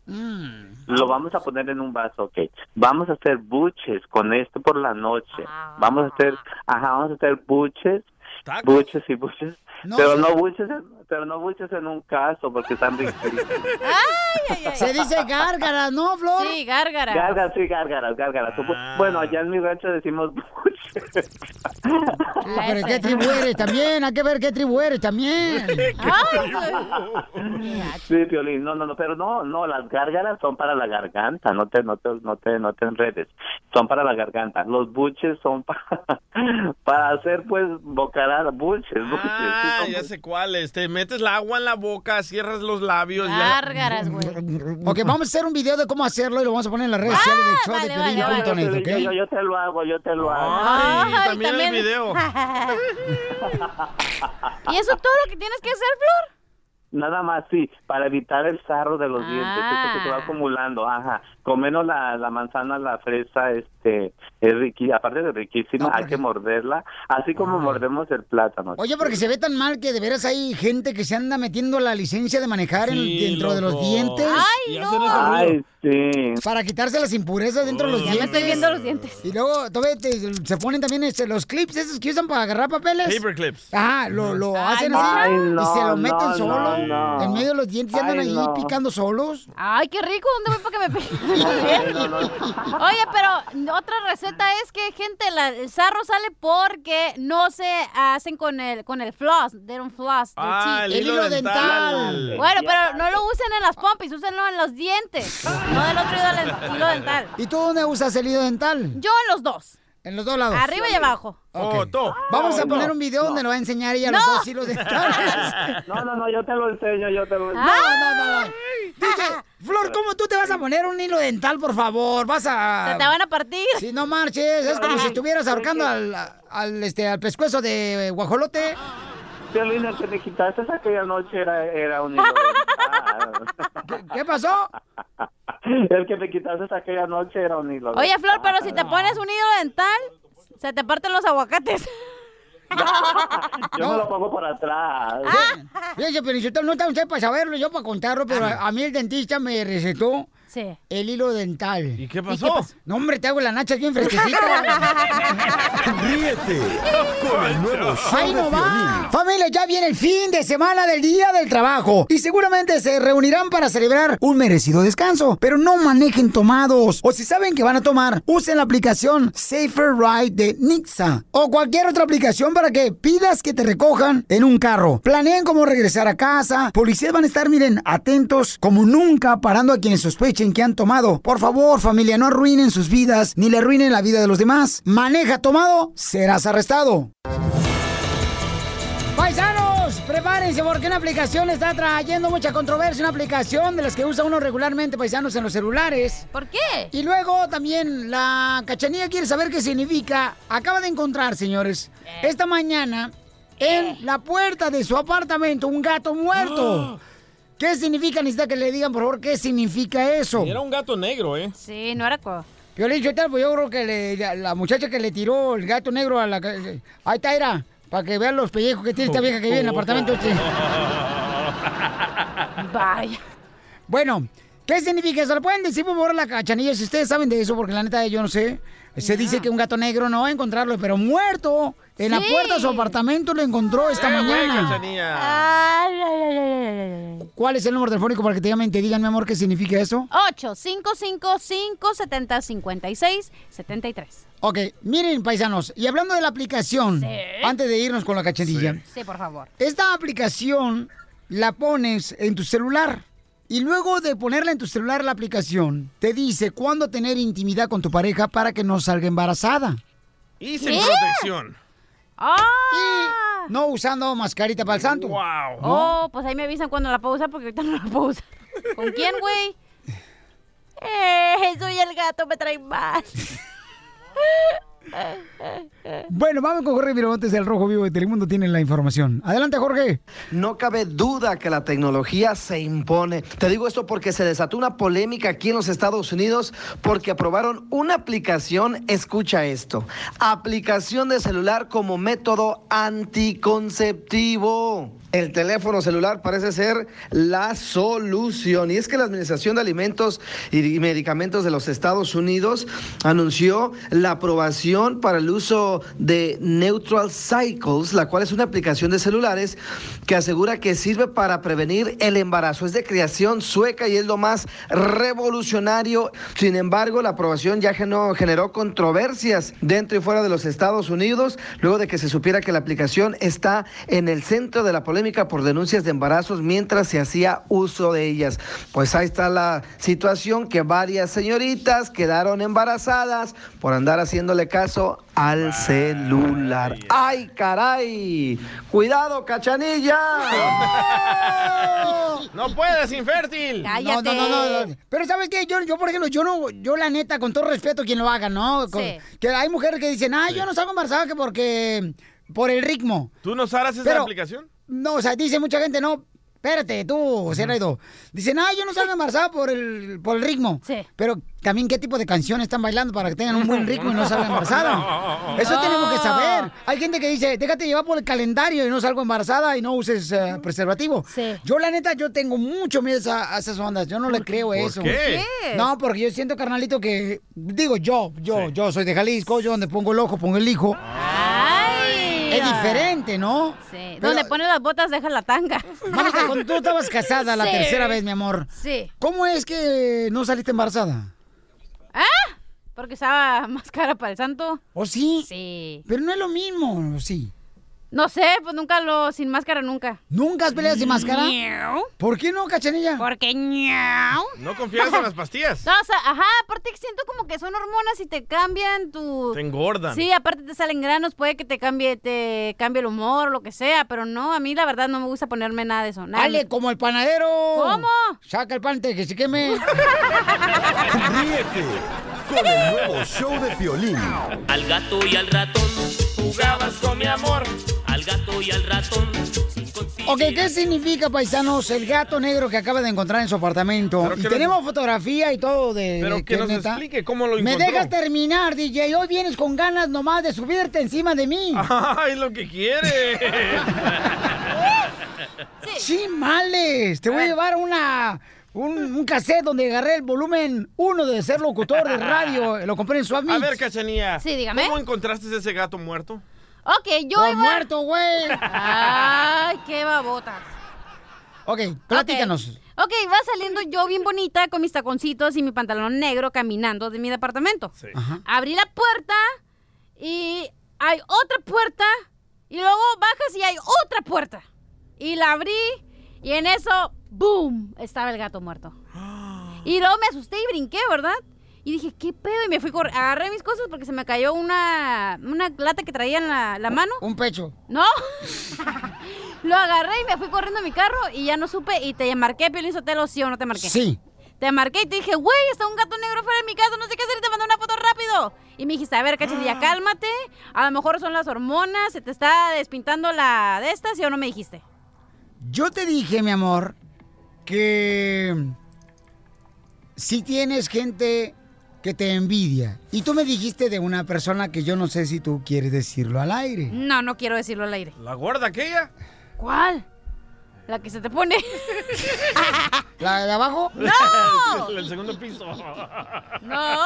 Speaker 20: Lo vamos a poner en un vaso, ok. Vamos a hacer buches con esto por la noche. Vamos a hacer, ajá, vamos a hacer buches, buches y buches.
Speaker 3: No,
Speaker 20: pero
Speaker 3: sí.
Speaker 20: no buches, en- pero no buches en un caso porque están riquísimos.
Speaker 3: Se dice gárgaras, ¿no, Flor?
Speaker 7: Sí, gárgaras.
Speaker 20: Gárgaras, sí, gárgaras, gárgaras. Bueno, allá en mi rancho decimos buches.
Speaker 3: Ah, pero qué tribu eres también, hay que ver qué tribu eres también.
Speaker 20: Sí, Piolín, no, no, no, pero no, no, las gárgaras son para la garganta, no te, no te, no te, no te enredes, son para la garganta, los buches son para, para hacer pues bocaradas, buches, buches.
Speaker 2: Ah, ya sé cuáles. Te metes el agua en la boca, cierras los labios. ya-
Speaker 7: Gárgaras, güey.
Speaker 3: ok, vamos a hacer un video de cómo hacerlo y lo vamos a poner en las redes
Speaker 20: Ah,
Speaker 3: sociales de show de
Speaker 20: Yo,
Speaker 3: Piolín punto net,
Speaker 20: yo, yo-
Speaker 3: ¿ok?
Speaker 20: yo te lo hago, yo te lo hago.
Speaker 7: Ay, Ay, también el también. video. ¿Y eso todo lo que tienes que hacer, Flor?
Speaker 20: Nada más, sí, para evitar el sarro de los dientes,
Speaker 7: Ah.
Speaker 20: eso que se va acumulando, ajá. Comernos la, la manzana, la fresa, este, es riquísima, aparte de riquísima, hay que morderla, así como mordemos el plátano.
Speaker 3: Oye, porque se ve tan mal que de veras hay gente que se anda metiendo la licencia de manejar en-
Speaker 20: Sí,
Speaker 3: dentro de los
Speaker 20: loco.
Speaker 3: dientes.
Speaker 7: Ay, no.
Speaker 20: Ay, sí.
Speaker 3: Para quitarse las impurezas dentro de los dientes.
Speaker 7: estoy viendo los dientes.
Speaker 3: Y luego todavía te- se ponen también este, los clips esos que usan para agarrar papeles.
Speaker 2: Paper clips.
Speaker 3: Ah, lo, lo
Speaker 2: Ay,
Speaker 3: hacen
Speaker 2: no.
Speaker 3: así
Speaker 2: Ay,
Speaker 3: y se
Speaker 2: no,
Speaker 3: lo meten
Speaker 2: no,
Speaker 3: solo
Speaker 2: no, no.
Speaker 3: en medio de los dientes y andan
Speaker 2: Ay,
Speaker 3: ahí
Speaker 2: no.
Speaker 3: picando solos.
Speaker 7: Ay, qué rico, ¿dónde voy para que me pique? Oye, pero otra receta es que, gente, la- el sarro sale porque no se hacen con el, con el floss, they don't floss, they
Speaker 2: Ah,
Speaker 7: cheat.
Speaker 2: el El hilo hilo dental. dental.
Speaker 7: Bueno, pero no lo usen en las pompis, úsenlo en los dientes, no del otro hilo, del- hilo dental.
Speaker 3: ¿Y tú dónde usas el hilo dental?
Speaker 7: Yo en los dos.
Speaker 3: En los dos lados.
Speaker 7: Arriba y abajo.
Speaker 3: Ok.
Speaker 2: Foto.
Speaker 3: Vamos a
Speaker 20: No,
Speaker 3: poner
Speaker 20: Oh, no,
Speaker 3: un video donde lo va a enseñar ella
Speaker 7: No.
Speaker 3: los dos hilos dentales.
Speaker 20: No, no, no, yo te lo enseño, yo te lo enseño.
Speaker 3: No, no, no, no. DJ, Flor, ¿cómo tú te vas a poner un hilo dental, por favor? Vas a...
Speaker 7: Se te van a partir.
Speaker 3: Si no marches, es como si estuvieras ahorcando al, al, este, al pescuezo de eh, guajolote.
Speaker 20: Piolín, el que te quitaste aquella noche era, era un hilo dental.
Speaker 3: ¿Qué pasó?
Speaker 20: El que te quitaste aquella noche era un hilo
Speaker 7: Oye, Flor, pero si te
Speaker 20: dental.
Speaker 7: pones un hilo dental, se te parten los aguacates.
Speaker 2: Ah,
Speaker 20: Yo me lo pongo por atrás.
Speaker 3: Fíjese, pero yo no está usted para saberlo, yo para contarlo, pero
Speaker 2: Ah.
Speaker 3: a, a mí el dentista me recetó el hilo dental. ¿Y
Speaker 2: qué pasó?
Speaker 3: No, hombre, te hago la nacha bien fresquecita.
Speaker 6: Ríete con el nuevo show
Speaker 3: ¡Ahí
Speaker 6: de
Speaker 3: no va!
Speaker 6: Piolín.
Speaker 3: Familia, ya viene el fin de semana del Día del Trabajo y seguramente se reunirán para celebrar un merecido descanso, pero no manejen tomados o si saben que van a tomar, usen la aplicación Safer Ride de Nixa o cualquier otra aplicación para que pidas que te recojan en un carro. Planeen cómo regresar a casa, policías van a estar, miren, atentos como nunca parando a quienes sospechen que han tomado. Por favor, familia, no arruinen sus vidas ni le arruinen la vida de los demás. Maneja tomado, serás arrestado. Paisanos, prepárense porque una aplicación está trayendo mucha controversia, una aplicación de las que usa uno regularmente, paisanos, en los celulares.
Speaker 7: ¿Por qué?
Speaker 3: Y luego también la cachanilla quiere saber qué significa. Acaba de encontrar, señores, esta mañana en la puerta de su apartamento un gato
Speaker 7: Ah.
Speaker 3: muerto. ¿Qué significa? Necesita que le digan, por favor, qué significa eso.
Speaker 2: Y Era un gato negro, ¿eh?
Speaker 7: Sí, no era co.
Speaker 3: Piolín Sotelo, pues yo creo que le- la, la muchacha que le tiró el gato negro a la... ca- eh, Ahí está, era. Para que vean los pellejos que tiene esta vieja que vive en el apartamento este.
Speaker 7: Vaya.
Speaker 3: Bueno, ¿Qué significa eso? ¿Lo pueden decir por favor a la cachanilla si ustedes saben de eso? Porque la neta yo no sé. Se dice que un gato negro no va a encontrarlo, pero muerto en la
Speaker 7: Sí. Eh,
Speaker 3: puerta de su apartamento lo encontró esta mañana. ¿Cuál es el número telefónico para que te llamen y te digan, mi amor, qué significa eso?
Speaker 7: 8-555-7056-73.
Speaker 3: Ok, miren, paisanos, y hablando de la aplicación, antes de irnos con la cachanilla,
Speaker 7: Sí, por favor.
Speaker 3: esta aplicación la pones en tu celular. Y luego de ponerla en tu celular la aplicación, te dice cuándo tener intimidad con tu pareja para que no salga embarazada.
Speaker 2: Y sin
Speaker 3: ¿Qué?
Speaker 2: protección.
Speaker 7: ¡Ah!
Speaker 3: Y no usando mascarita para el santo. ¡Wow!
Speaker 7: Oh, pues ahí me avisan cuando la puedo usar porque ahorita no la puedo usar. ¿Con quién, güey? Eh, soy el gato, me trae mal.
Speaker 3: Bueno, vamos con Jorge Miramontes del Rojo Vivo de Telemundo, tienen la información. Adelante, Jorge.
Speaker 4: No cabe duda que la tecnología se impone. Te digo esto porque se desató una polémica aquí en los Estados Unidos porque aprobaron una aplicación, escucha esto, aplicación de celular como método anticonceptivo. El teléfono celular parece ser la solución. Y es que la Administración de Alimentos y Medicamentos de los Estados Unidos anunció la aprobación para el uso de Neutral Cycles, la cual es una aplicación de celulares que asegura que sirve para prevenir el embarazo. Es de creación sueca y es lo más revolucionario. Sin embargo, la aprobación ya geno- generó controversias dentro y fuera de los Estados Unidos, luego de que se supiera que la aplicación está en el centro de la polémica por denuncias de embarazos mientras se hacía uso de ellas. Pues ahí está la situación que varias señoritas quedaron embarazadas por andar haciéndole caso al celular. ¡Ay, caray! ¡Cuidado, cachanilla!
Speaker 2: No puedes, infértil.
Speaker 3: No, no, no, no. Pero ¿sabes qué? Yo, yo, por ejemplo, yo no, yo la neta, con todo respeto quien lo haga, ¿no? Con-
Speaker 2: Sí.
Speaker 3: Que hay mujeres que dicen, ah, yo no salgo embarazada que porque, por el ritmo.
Speaker 2: ¿Tú no usarás esa
Speaker 3: Pero-
Speaker 2: aplicación?
Speaker 3: No, o sea, dice mucha gente, no, espérate, tú, José Raido. Dicen, ah, yo no salgo embarazada por el, por el ritmo. Sí. Pero también, ¿qué tipo de canciones están bailando para que tengan un buen ritmo y no salgan embarazadas?
Speaker 10: No.
Speaker 3: Eso tenemos que
Speaker 10: No.
Speaker 3: saber. Hay gente que dice, déjate llevar por el calendario y no salgo embarazada y no uses eh, preservativo. Yo, la neta, yo tengo mucho miedo a, esa- a esas ondas. Yo no le creo
Speaker 10: ¿Por
Speaker 3: eso.
Speaker 10: qué? ¿Qué?
Speaker 3: No, porque yo siento, carnalito, que, digo, yo, yo, yo soy de Jalisco, yo donde pongo el ojo, pongo el hijo.
Speaker 7: ¡Ay!
Speaker 3: Es diferente, ¿no?
Speaker 7: Sí,
Speaker 3: Pero-
Speaker 7: Donde pones las botas, deja la tanga.
Speaker 3: Mamita, cuando tú estabas casada la
Speaker 7: Sí.
Speaker 3: tercera vez, mi amor,
Speaker 7: Sí.
Speaker 3: ¿cómo es que no saliste embarazada?
Speaker 7: ¿Ah? Porque estaba más cara para el santo.
Speaker 3: ¿O ¿Oh, sí?
Speaker 7: Sí.
Speaker 3: Pero no es lo mismo, ¿o sí?
Speaker 7: No sé, pues nunca lo. Sin máscara nunca.
Speaker 3: ¿Nunca has peleado sin máscara?
Speaker 7: Miau.
Speaker 3: ¿Por qué no, cachanilla?
Speaker 7: Porque ñau.
Speaker 2: ¿No confías en las pastillas?
Speaker 7: No, o sea, ajá, aparte que siento como que son hormonas y te cambian tu...
Speaker 2: Te engordan.
Speaker 7: Sí, aparte te salen granos, puede que te cambie, te cambie el humor, lo que sea, pero no, a mí la verdad no me gusta ponerme nada de eso. Nada.
Speaker 3: Dale, como el panadero.
Speaker 7: ¿Cómo?
Speaker 3: Saca el pan antes de que se queme.
Speaker 6: Ríete con el nuevo show de Piolín.
Speaker 21: Al gato y al ratón jugabas con mi amor. Al gato y al ratón.
Speaker 3: Ok, ¿qué significa, paisanos, el gato negro que acaba de encontrar en su apartamento?
Speaker 2: Pero
Speaker 3: Y
Speaker 2: que
Speaker 3: tenemos fotografía y todo de...
Speaker 2: Pero
Speaker 3: de
Speaker 2: que nos explique cómo lo
Speaker 3: Eh, Me
Speaker 2: encontró.
Speaker 3: dejas terminar, DJ. Hoy vienes con ganas nomás de subirte encima de mí.
Speaker 2: ¡Ay, lo que quiere!
Speaker 3: Sí, males. Te voy a llevar una, un, un cassette donde agarré el volumen 1 de ser locutor de radio. Lo compré en Swap
Speaker 2: A
Speaker 3: Meet.
Speaker 2: ver, Cachanía.
Speaker 7: Sí, dígame.
Speaker 2: ¿Cómo encontraste ese gato muerto?
Speaker 7: Ok, yo
Speaker 3: Pues
Speaker 7: iba...
Speaker 3: muerto, güey.
Speaker 7: Ay, qué babotas.
Speaker 3: Ok, platícanos.
Speaker 7: Ok, va saliendo yo bien bonita con mis taconcitos y mi pantalón negro caminando de mi departamento. Abrí la puerta y hay otra puerta y luego bajas y hay otra puerta. Y la abrí y en eso, ¡boom! Estaba el gato muerto. Y luego me asusté y brinqué, ¿verdad? Y dije, ¿qué pedo? Y me fui, cor- agarré mis cosas porque se me cayó una, una lata que traía en la, la mano.
Speaker 3: Un pecho.
Speaker 7: No. Lo agarré y me fui corriendo a mi carro y ya no supe y te marqué, Piolín Sotelo, sí o no te marqué.
Speaker 3: Sí.
Speaker 7: Te marqué y te dije, güey, está un gato negro fuera de mi casa, no sé qué hacer y te mandé una foto rápido. Y me dijiste, a ver,
Speaker 3: Ah.
Speaker 7: cachetilla, cálmate, a lo mejor son las hormonas, se te está despintando la de estas, ¿sí o no me dijiste?
Speaker 3: Yo te dije, mi amor, que si tienes gente que te envidia. Y tú me dijiste de una persona que yo no sé si tú quieres decirlo al aire.
Speaker 7: No, no quiero decirlo al aire.
Speaker 2: ¿La gorda aquella?
Speaker 7: ¿Cuál? La que se te pone.
Speaker 3: ¿La de abajo?
Speaker 7: ¡No!
Speaker 2: El segundo piso.
Speaker 7: No.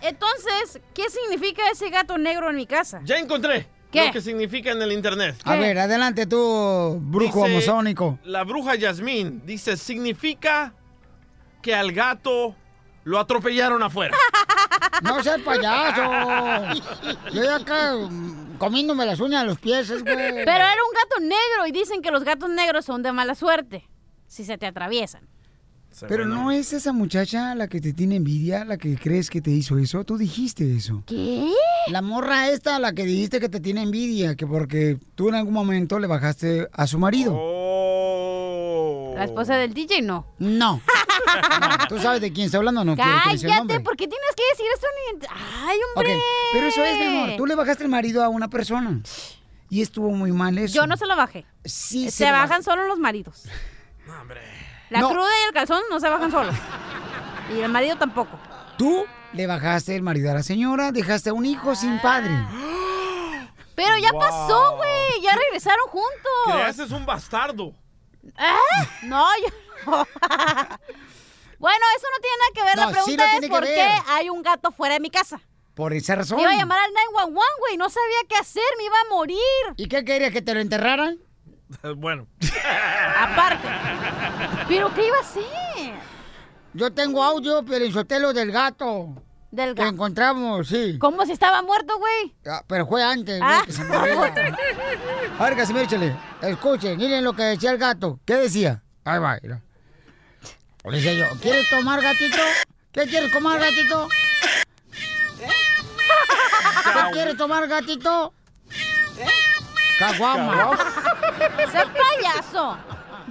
Speaker 7: Entonces, ¿qué significa ese gato negro en mi casa?
Speaker 2: Ya encontré.
Speaker 7: ¿Qué?
Speaker 2: Lo que significa en el internet.
Speaker 3: A ver, adelante tú, brujo
Speaker 2: Dice-
Speaker 3: amazónico.
Speaker 2: La bruja Yasmín dice, significa que al gato lo atropellaron afuera.
Speaker 3: No seas payaso. Yo ya acá mm, comiéndome las uñas a los pies, es, güey.
Speaker 7: Pero era un gato negro y dicen que los gatos negros son de mala suerte si se te atraviesan.
Speaker 9: Pero no es esa muchacha la que te tiene envidia, la que crees que te hizo eso. Tú dijiste eso.
Speaker 7: ¿Qué?
Speaker 3: La morra esta, la que dijiste que te tiene envidia, que porque tú en algún momento le bajaste a su marido.
Speaker 7: La esposa del DJ no.
Speaker 3: No. No, ¿Tú sabes de quién está hablando? No quiero que le diga el
Speaker 7: Cállate,
Speaker 3: nombre.
Speaker 7: ¿por qué tienes que decir esto? en el- Ay,
Speaker 3: Ok,
Speaker 7: hombre.
Speaker 3: pero eso es, mi amor. Tú le bajaste el marido a una persona. Y estuvo muy mal eso.
Speaker 7: Yo no se lo bajé. Eh,
Speaker 3: Sí,
Speaker 7: se,
Speaker 3: se lo
Speaker 7: bajan
Speaker 3: bajé.
Speaker 7: solo los maridos. La cruda y el calzón no se bajan solos. Y el marido tampoco.
Speaker 3: Tú le bajaste el marido a la señora, dejaste a un hijo sin padre.
Speaker 7: Pero ya
Speaker 3: Wow.
Speaker 7: pasó, güey. Ya regresaron juntos.
Speaker 2: Creaste un bastardo.
Speaker 7: ¿Eh? No, yo no. Bueno, eso no tiene nada que ver.
Speaker 3: No,
Speaker 7: la
Speaker 3: sí
Speaker 7: pregunta
Speaker 3: lo
Speaker 7: es
Speaker 3: tiene que
Speaker 7: por
Speaker 3: ver.
Speaker 7: qué hay un gato fuera de mi casa.
Speaker 3: Por esa razón.
Speaker 7: Iba a llamar al 911, güey. No sabía qué hacer. Me iba a morir.
Speaker 3: ¿Y qué querías? ¿Que te lo enterraran?
Speaker 2: Bueno.
Speaker 7: Aparte. ¿Pero qué iba a hacer?
Speaker 3: Yo tengo audio, pero el sotelo del gato.
Speaker 7: Del
Speaker 3: gato. Que encontramos, sí.
Speaker 7: ¿Cómo si estaba muerto, güey?
Speaker 3: Ah, pero fue antes, güey,
Speaker 7: Ah.
Speaker 3: que se muriera. A ver, Casimiro, échale. Escuchen, miren lo que decía el gato. ¿Qué decía? Ahí va, mira. Le decía yo, ¿quieres tomar, gatito? ¿Qué quieres tomar, gatito? ¿Qué quieres tomar, gatito? Caguama.
Speaker 7: ¡Sé payaso!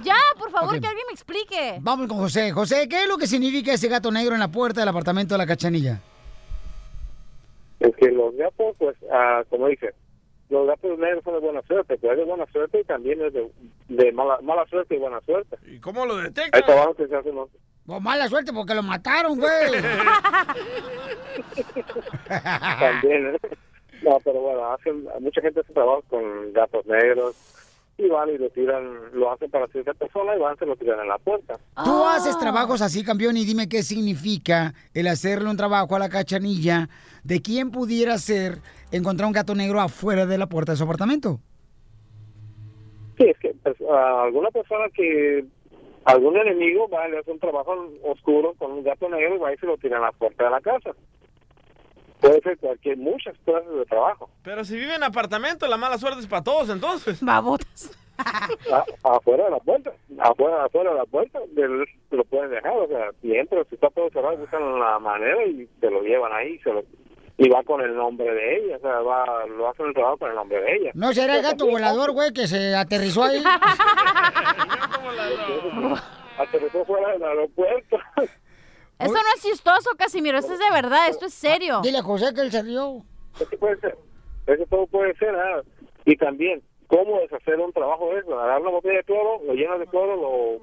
Speaker 7: Ya, por favor,
Speaker 3: Ok.
Speaker 7: que alguien me explique.
Speaker 3: Vamos con José. José, ¿qué es lo que significa ese gato negro en la puerta del apartamento de la cachanilla?
Speaker 10: Es que los gatos, pues, ah, como dije, los gatos negros son de buena suerte, pero es de buena suerte y también es de, de mala, mala suerte y buena suerte.
Speaker 2: ¿Y cómo lo detectan?
Speaker 10: Hay trabajos que se hacen los...
Speaker 3: Pues mala suerte porque lo mataron, güey.
Speaker 10: también. ¿eh? No, pero bueno, hacen, mucha gente hace trabajos con gatos negros y van y lo tiran, lo hacen para cierta persona y van se lo tiran en la puerta.
Speaker 7: Oh.
Speaker 3: Tú haces trabajos así, campeón, y dime qué significa el hacerle un trabajo a la cachanilla de quién pudiera ser encontrar un gato negro afuera de la puerta de su apartamento.
Speaker 10: Sí, es que pues, a alguna persona que, algún enemigo va y le hace un trabajo oscuro con un gato negro y va y se lo tira en la puerta de la casa. Puede ser cualquier, muchas clases de trabajo.
Speaker 2: Pero si vive en apartamento, la mala suerte es para todos, entonces.
Speaker 7: Babotas.
Speaker 10: A- afuera de la puerta, afuera, afuera de la puerta, del- te lo pueden dejar, o sea, si entra, si está todo cerrado, buscan la manera y se lo llevan ahí, se lo, y va con el nombre de ella, o sea, va, lo hacen el trabajo con el nombre de ella.
Speaker 3: ¿No será el gato volador, güey, que se aterrizó ahí?
Speaker 10: Aterrizó fuera del aeropuerto.
Speaker 7: Eso no es chistoso, Casimiro. Esto es de verdad. Esto es serio.
Speaker 3: Dile a José que él se rió.
Speaker 10: Eso puede ser, eso todo puede ser, ah, y también, ¿cómo deshacer un trabajo de eso? Agarrar una botella de cloro, lo llenas de cloro, lo,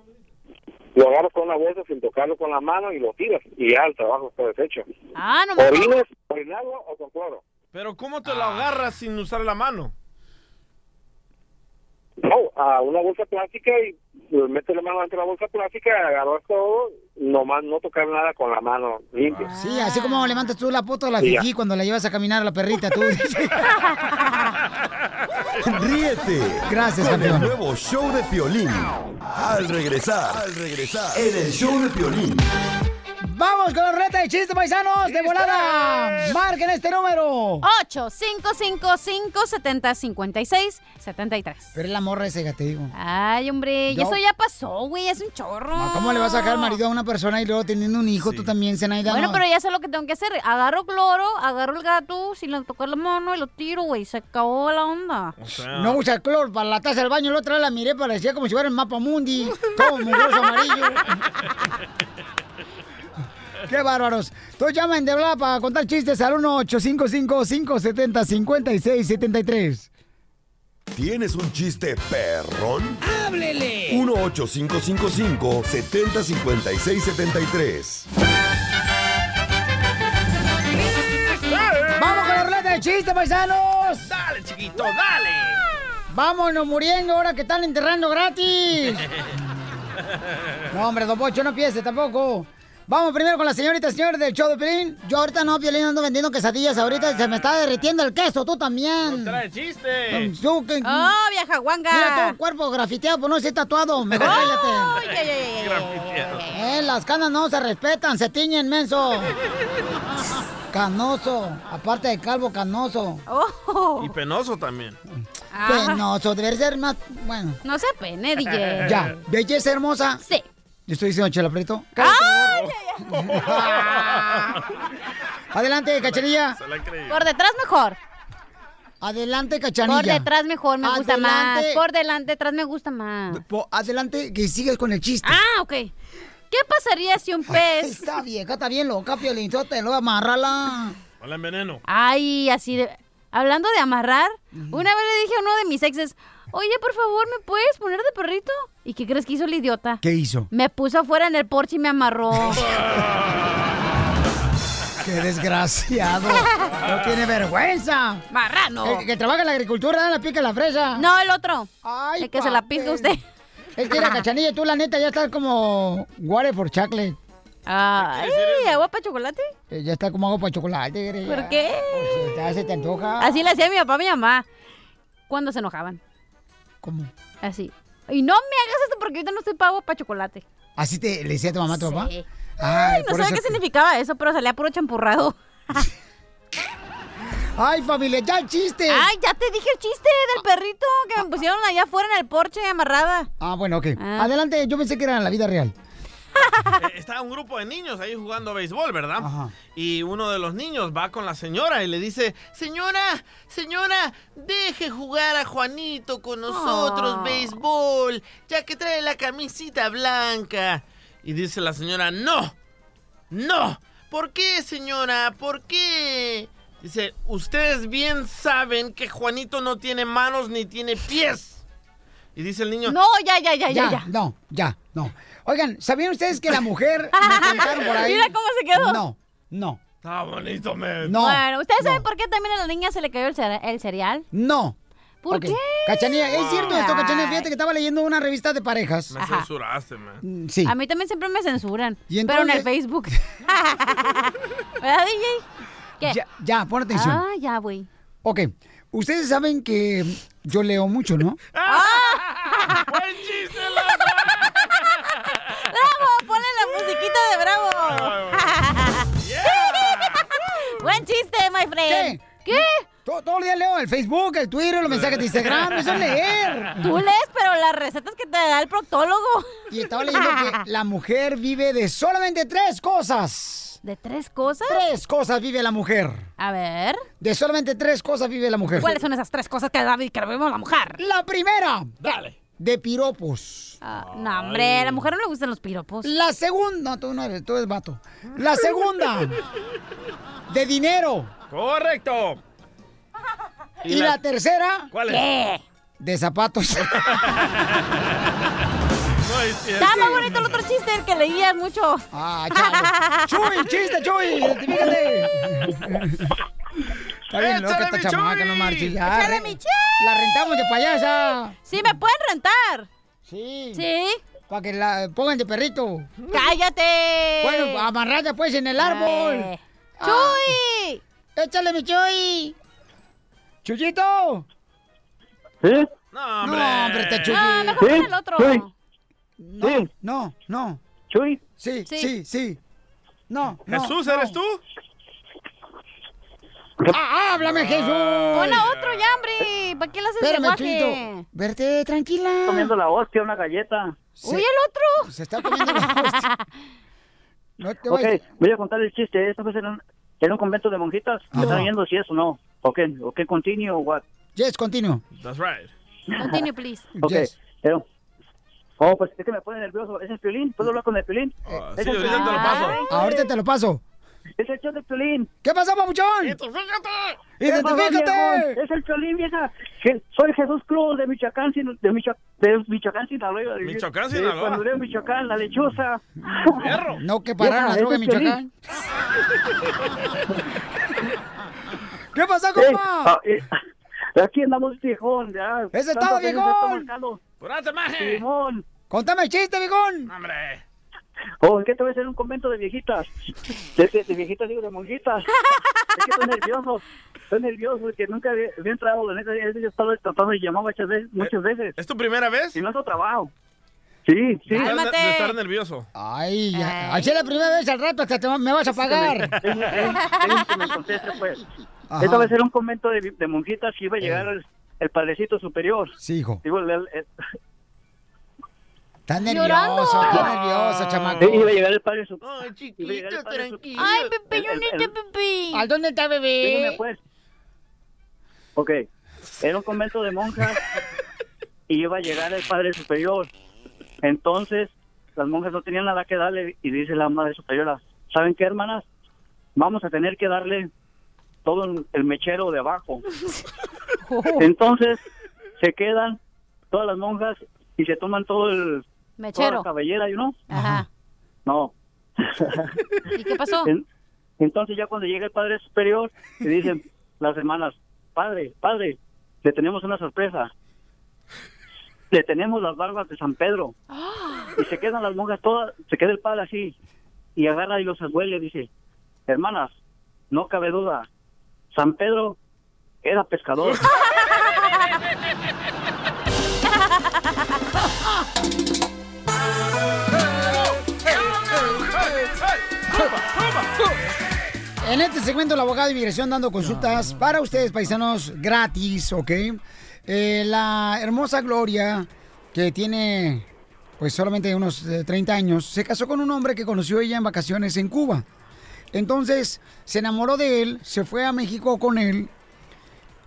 Speaker 10: lo agarras con una bolsa sin tocarlo con la mano y lo tiras, y ya el trabajo está deshecho.
Speaker 7: Ah, no me
Speaker 10: ¿Orinas, orinado o con cloro?
Speaker 2: Pero ¿cómo te lo agarras sin usar la mano?
Speaker 10: No, a una bolsa plástica y pues, metes la mano dentro de la bolsa plástica, agarras todo, nomás no tocar nada con la mano
Speaker 22: Ah.
Speaker 10: limpia.
Speaker 3: Sí, así como levantas tú la foto de la
Speaker 10: Sí, ya.
Speaker 3: fifi cuando la llevas a caminar a la perrita, tú.
Speaker 6: Ríete.
Speaker 3: Gracias,
Speaker 6: con el
Speaker 3: campeón.
Speaker 6: nuevo show de Piolín. Al regresar, al regresar, en el show de Piolín.
Speaker 3: ¡Vamos con la reta de chistes, paisanos! ¡De volada! ¡Marquen este número!
Speaker 7: 8-555-70-56-73.
Speaker 3: Pero es la morra ese gato, digo.
Speaker 7: Ay, hombre, y
Speaker 3: Yo-
Speaker 7: eso ya pasó, güey. Es un chorro.
Speaker 3: No, ¿Cómo le vas a sacar el marido a una persona y luego teniendo un hijo tú también, Zenaida?
Speaker 7: Bueno,
Speaker 3: No.
Speaker 7: pero ya sé lo que tengo que hacer. Agarro cloro, agarro el gato, si le toco la mano y lo tiro, güey. Se acabó la onda.
Speaker 3: No usa clor para la taza del baño. La otra vez la miré, parecía como si fuera el mapa mundi. Todo mugroso amarillo. Qué bárbaros. Tú llamen de hablar para contar chistes al 1-855-570-5673.
Speaker 6: ¿Tienes un chiste perrón?
Speaker 3: ¡Háblele!
Speaker 6: 1-855-705673.
Speaker 3: ¡Vamos con la ruleta de chistes, paisanos!
Speaker 2: Dale, chiquito, dale.
Speaker 3: Vámonos muriendo ahora que están enterrando gratis. No, hombre, don Pocho, no piense tampoco. Vamos primero con la señorita, señor del show de Pelín. Yo ahorita no, Piolín, ando vendiendo quesadillas ahorita. Se me está derritiendo el queso, tú también.
Speaker 2: Trae chiste.
Speaker 3: Tú, que-
Speaker 7: ¡Oh, vieja guanga! Oh.
Speaker 3: Mira todo el cuerpo grafiteado, por no ser tatuado. Mejor cállate.
Speaker 7: Ay, ay, ay, ay, ay.
Speaker 3: Eh, las canas no se respetan, se tiñen, menso. Canoso, aparte de calvo, canoso.
Speaker 7: Oh.
Speaker 3: Pues
Speaker 2: Y penoso también.
Speaker 7: Ah.
Speaker 3: Penoso, debe ser más... Bueno.
Speaker 7: No se pene, DJ.
Speaker 3: Ya, ¿belleza hermosa?
Speaker 7: Sí. Ah,
Speaker 3: Yo estoy diciendo Chela Prieto.
Speaker 7: ¡Ay,
Speaker 3: Adelante, Cachanilla.
Speaker 7: Por detrás mejor.
Speaker 3: Adelante, Cachanilla.
Speaker 7: Por detrás mejor me gusta más.
Speaker 3: Adelante.
Speaker 7: Por delante, atrás me gusta más.
Speaker 3: Po- adelante, que sigas con el chiste.
Speaker 7: Ah, ok. ¿Qué pasaría si un
Speaker 3: Ay,
Speaker 7: pez...
Speaker 3: Esta vieja está bien loca, Piolín. Te lo amárrala.
Speaker 2: Hola, enveneno.
Speaker 7: Ay, así de... Hablando de amarrar, una vez le dije a uno de mis exes, oye, por favor, ¿me puedes poner de perrito? ¿Y qué crees que hizo el idiota?
Speaker 3: ¿Qué hizo?
Speaker 7: Me puso afuera en el porche y me amarró.
Speaker 3: Qué desgraciado. No tiene vergüenza.
Speaker 7: Marrano.
Speaker 3: El que trabaja en la agricultura, la pica la fresa.
Speaker 7: No, el otro.
Speaker 3: Ay,
Speaker 7: El que se la
Speaker 3: papel.
Speaker 7: pizca usted.
Speaker 3: Es que la cachanilla, tú la neta ya estás como water for chocolate.
Speaker 7: Ay, agua para chocolate.
Speaker 3: Eh, Ya está como agua para chocolate. eres,
Speaker 7: ¿Por
Speaker 3: ya.
Speaker 7: qué?
Speaker 3: Pues, ya se te antoja.
Speaker 7: Así le hacía mi papá a mi mamá. Cuando se enojaban.
Speaker 3: ¿Cómo?
Speaker 7: Así. Y no me hagas esto porque ahorita no estoy pago para chocolate.
Speaker 3: Así te le decía a tu mamá, a tu papá.
Speaker 7: Sí.
Speaker 3: Ay,
Speaker 7: Ay, no
Speaker 3: por
Speaker 7: sabía
Speaker 3: eso-
Speaker 7: qué significaba eso, pero salía puro champurrado.
Speaker 3: Ay, familia, ya el chiste.
Speaker 7: Ay, ya te dije el chiste del perrito que me pusieron allá afuera en el porche amarrada.
Speaker 3: Ah, bueno, ok. Adelante, yo pensé que era en la vida real.
Speaker 2: Eh, estaba un grupo de niños ahí jugando béisbol, ¿verdad? Y uno de los niños va con la señora y le dice, señora, señora, deje jugar a Juanito con nosotros
Speaker 21: Ah.
Speaker 2: béisbol, ya que trae la camisita blanca. Y dice la señora, no, no, ¿por qué señora? ¿Por qué? Dice, ustedes bien saben que Juanito no tiene manos ni tiene pies. Y dice el niño,
Speaker 7: No, ya, ya, ya, ya, ya.
Speaker 3: No, ya, no. Oigan, ¿sabían ustedes que la mujer me contaron por ahí?
Speaker 7: Mira cómo se quedó.
Speaker 3: No, no,
Speaker 2: está bonito, man.
Speaker 3: no.
Speaker 7: bueno, ¿ustedes saben por qué también a la niña se le cayó el, cere- el cereal?
Speaker 3: No.
Speaker 7: ¿Por
Speaker 3: Ok.
Speaker 7: qué?
Speaker 3: Cachanilla, es
Speaker 7: Wow.
Speaker 3: cierto esto, Cachanilla. Fíjate
Speaker 7: Ay.
Speaker 3: que estaba leyendo una revista de parejas. Mm,
Speaker 2: Me censuraste, man.
Speaker 3: Sí.
Speaker 7: A mí también siempre me censuran. Pero en el Facebook. ¿Verdad, DJ? ¿Qué?
Speaker 3: Ya, ya, pon atención.
Speaker 7: Ah, ya, güey.
Speaker 3: Ok. Ustedes saben que yo leo mucho, ¿no?
Speaker 21: ¡Buen chiste,
Speaker 7: ¡Bravo! ¡Ponle la musiquita de bravo! ¡Buen chiste, my friend! ¿Qué?
Speaker 3: Todo, todo el día leo el Facebook, el Twitter, los mensajes de Instagram. Eso es leer.
Speaker 7: Tú lees, pero las recetas que te da el proctólogo.
Speaker 3: Y estaba leyendo que la mujer vive de solamente tres cosas.
Speaker 7: ¿De tres cosas?
Speaker 3: Tres cosas vive la mujer.
Speaker 7: A ver.
Speaker 3: De solamente tres cosas vive la mujer.
Speaker 7: ¿Cuáles son esas tres cosas que David que vemos la mujer?
Speaker 3: La primera.
Speaker 2: Dale.
Speaker 3: De piropos.
Speaker 7: Ah, No, hombre, a la mujer no le gustan los piropos.
Speaker 3: La segunda. No, tú no eres, tú eres vato. La segunda. de dinero.
Speaker 2: Correcto.
Speaker 3: Y, la... tercera.
Speaker 2: ¿Cuál es? ¿Qué?
Speaker 3: De zapatos.
Speaker 7: Está más bonito el otro chiste, el que leías mucho.
Speaker 3: Ah, ¡Chuy, chiste, Chuy! ¡Identifícate! Está bien loca esta chamaca, no eh. marches. ya.
Speaker 7: ¡Échale mi Chuy!
Speaker 3: La rentamos de payasa.
Speaker 7: Sí, me pueden rentar.
Speaker 3: Sí.
Speaker 7: Sí.
Speaker 3: Para que la eh, pongan de perrito.
Speaker 7: ¡Cállate!
Speaker 3: Bueno, amarrada pues en el árbol.
Speaker 7: Eh.
Speaker 3: ¡Chuy! ¡Échale mi Chuy! ¡Chuyito!
Speaker 21: ¿Sí?
Speaker 2: No,
Speaker 21: hombre.
Speaker 3: No, hombre, te Chuy.
Speaker 21: No, mejor ¿Sí? pon el otro. ¿Sí?
Speaker 3: No,
Speaker 21: ¿Sí?
Speaker 3: no, no.
Speaker 21: ¿Chuy?
Speaker 3: Sí,
Speaker 21: Sí.
Speaker 3: sí, sí. No, no,
Speaker 2: Jesús,
Speaker 3: no.
Speaker 2: ¿eres tú?
Speaker 3: ¡Ah, háblame, Jesús!
Speaker 7: Pon a otro ya, hombre. ¿Para qué le haces
Speaker 3: Espérame,
Speaker 7: lenguaje?
Speaker 3: Chuyito. Verte, tranquila.
Speaker 11: comiendo la hostia, una galleta.
Speaker 7: ¡Uy, el otro!
Speaker 3: Se está comiendo la hostia. No te
Speaker 11: Ok,
Speaker 3: vayas.
Speaker 11: voy a contar el chiste. Esta vez era un, era un convento de monjitas. Me están viendo si es o no. Ok, ok, continue o what.
Speaker 3: Yes, continuo.
Speaker 2: That's right.
Speaker 7: Continue, please.
Speaker 11: Ok, pero... Oh, pues es que me pone nervioso. ¿Es el Piolín? ¿Puedo hablar con el Piolín?
Speaker 2: sí,
Speaker 11: ¿Es el
Speaker 2: ahorita
Speaker 11: Piolín?
Speaker 2: te lo paso.
Speaker 3: Eh, Ahorita te lo paso.
Speaker 11: ¡Es el show de Piolín!
Speaker 3: ¿Qué pasó, papuchón?
Speaker 11: ¿Qué pasó,
Speaker 3: ¡Identifícate!
Speaker 11: viejón? ¡Es el Piolín, vieja! Je- Soy Jesús Cruz de Michoacán, Sin- de, Micho de Michoacán, Sinaloa.
Speaker 2: Michoacán,
Speaker 11: De-
Speaker 2: Sinaloa.
Speaker 11: Cuando leo Michoacán, la lechuza.
Speaker 3: No, que pararon la
Speaker 11: Vieja,
Speaker 3: droga
Speaker 11: es
Speaker 3: en
Speaker 11: el Piolín.
Speaker 3: Michoacán. ¿Qué pasó,
Speaker 11: Eh,
Speaker 3: compa?
Speaker 11: ah, eh, Aquí andamos viejón, ya.
Speaker 3: ¡Ese es todo,
Speaker 11: Tantos años estamos
Speaker 3: viejón!
Speaker 11: marcados.
Speaker 2: ¡Purate, maje!
Speaker 11: Simón.
Speaker 3: ¡Contame el chiste, viejón!
Speaker 2: ¡Hombre!
Speaker 11: Oh, ¿qué te voy a hacer un convento de viejitas? De, de- de viejitas digo de monjitas. Es que estoy nervioso. Estoy nervioso porque nunca había, había entrado. La neta, yo estaba tratando de llamar muchas veces. Muchas veces.
Speaker 2: Eh, ¿Es tu primera vez? Ah,
Speaker 11: Y no es tu trabajo. Sí, sí.
Speaker 2: De estar- de estar nervioso.
Speaker 3: Ay, ya. Así es la primera vez al rato, hasta te va- me vas a pagar.
Speaker 11: pues. Esta va a ser un convento de, de monjitas y iba a llegar el, el padrecito superior.
Speaker 3: Eh. Sí, hijo.
Speaker 11: Digo, el- el- el-
Speaker 3: Está
Speaker 11: Llorando.
Speaker 3: nervioso, está nervioso, chamaco.
Speaker 11: iba a llegar el padre superior.
Speaker 2: Ay,
Speaker 11: chiquito,
Speaker 7: tranquilo. Ay, Pepe, yo
Speaker 11: El-
Speaker 7: ni
Speaker 11: el-
Speaker 7: te
Speaker 11: el-
Speaker 7: Pepe.
Speaker 3: ¿A dónde está, bebé?
Speaker 11: Dígame, pues. Ok. Era un convento de monjas y iba a llegar el padre superior. Entonces, las monjas no tenían nada que darle y dice la madre superiora, ¿saben qué, hermanas? Vamos a tener que darle todo el mechero de abajo. Entonces, se quedan todas las monjas y se toman todo el... Toda
Speaker 7: Mechero.
Speaker 11: la cabellera, ¿y no?
Speaker 7: Ajá.
Speaker 11: No.
Speaker 7: ¿Y qué pasó?
Speaker 11: En- entonces ya cuando llega el padre superior, le dicen las hermanas, padre, padre, le tenemos una sorpresa. Le tenemos las barbas de San Pedro.
Speaker 7: Ah.
Speaker 11: Y se quedan las monjas todas, se queda el padre así. Y agarra y los huele y dice, hermanas, no cabe duda, San Pedro era pescador.
Speaker 3: En este segmento, el abogado de inmigración dando consultas para ustedes, paisanos, gratis, ¿ok? Eh, la hermosa Gloria, que tiene pues solamente unos eh, 30 años, se casó con un hombre que conoció ella en vacaciones en Cuba. Entonces, se enamoró de él, se fue a México con él,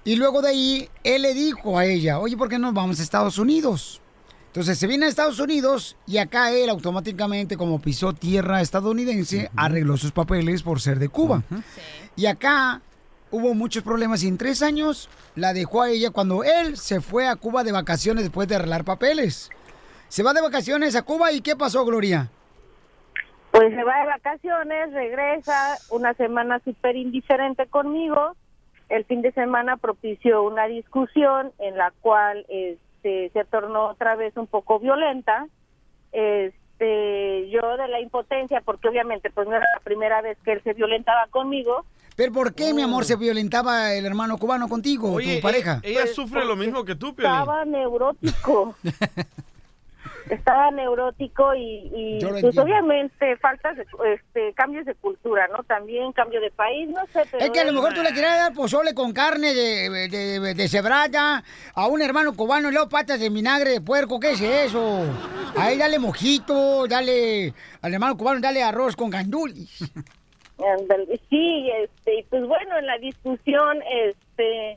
Speaker 3: y luego de ahí, él le dijo a ella, oye, ¿por qué nos vamos a Estados Unidos? Entonces se viene a Estados Unidos y acá él automáticamente, como pisó tierra estadounidense, arregló sus papeles por ser de Cuba. Y acá hubo muchos problemas y en tres años la dejó a ella cuando él se fue a Cuba de vacaciones después de arreglar papeles. Se va de vacaciones a Cuba y ¿qué pasó, Gloria?
Speaker 23: Pues se va de vacaciones, regresa, una semana súper indiferente conmigo. El fin de semana propició una discusión en la cual este, se tornó otra vez un poco violenta. Este, yo de la impotencia, porque obviamente pues no era la primera vez que él se violentaba conmigo.
Speaker 3: ¿Pero por qué, mi amor, se violentaba el hermano cubano contigo, tu pareja?
Speaker 2: Ella sufre lo mismo que tú, Piolín.
Speaker 23: Estaba neurótico. estaba neurótico y, y,
Speaker 3: Yo lo
Speaker 23: pues
Speaker 3: entiendo.
Speaker 23: obviamente faltas de, este cambios de cultura, ¿no? También cambio de país, no sé, pero
Speaker 3: Es que a lo
Speaker 23: él-
Speaker 3: mejor tú le querías dar pozole con carne de, de, de- de cebrada a un hermano cubano y luego patas de vinagre de puerco. ¿Qué es eso? Ahí dale mojito, dale al hermano cubano, dale arroz con gandulis.
Speaker 23: Ándale, Sí, este, y pues bueno, en la discusión, este,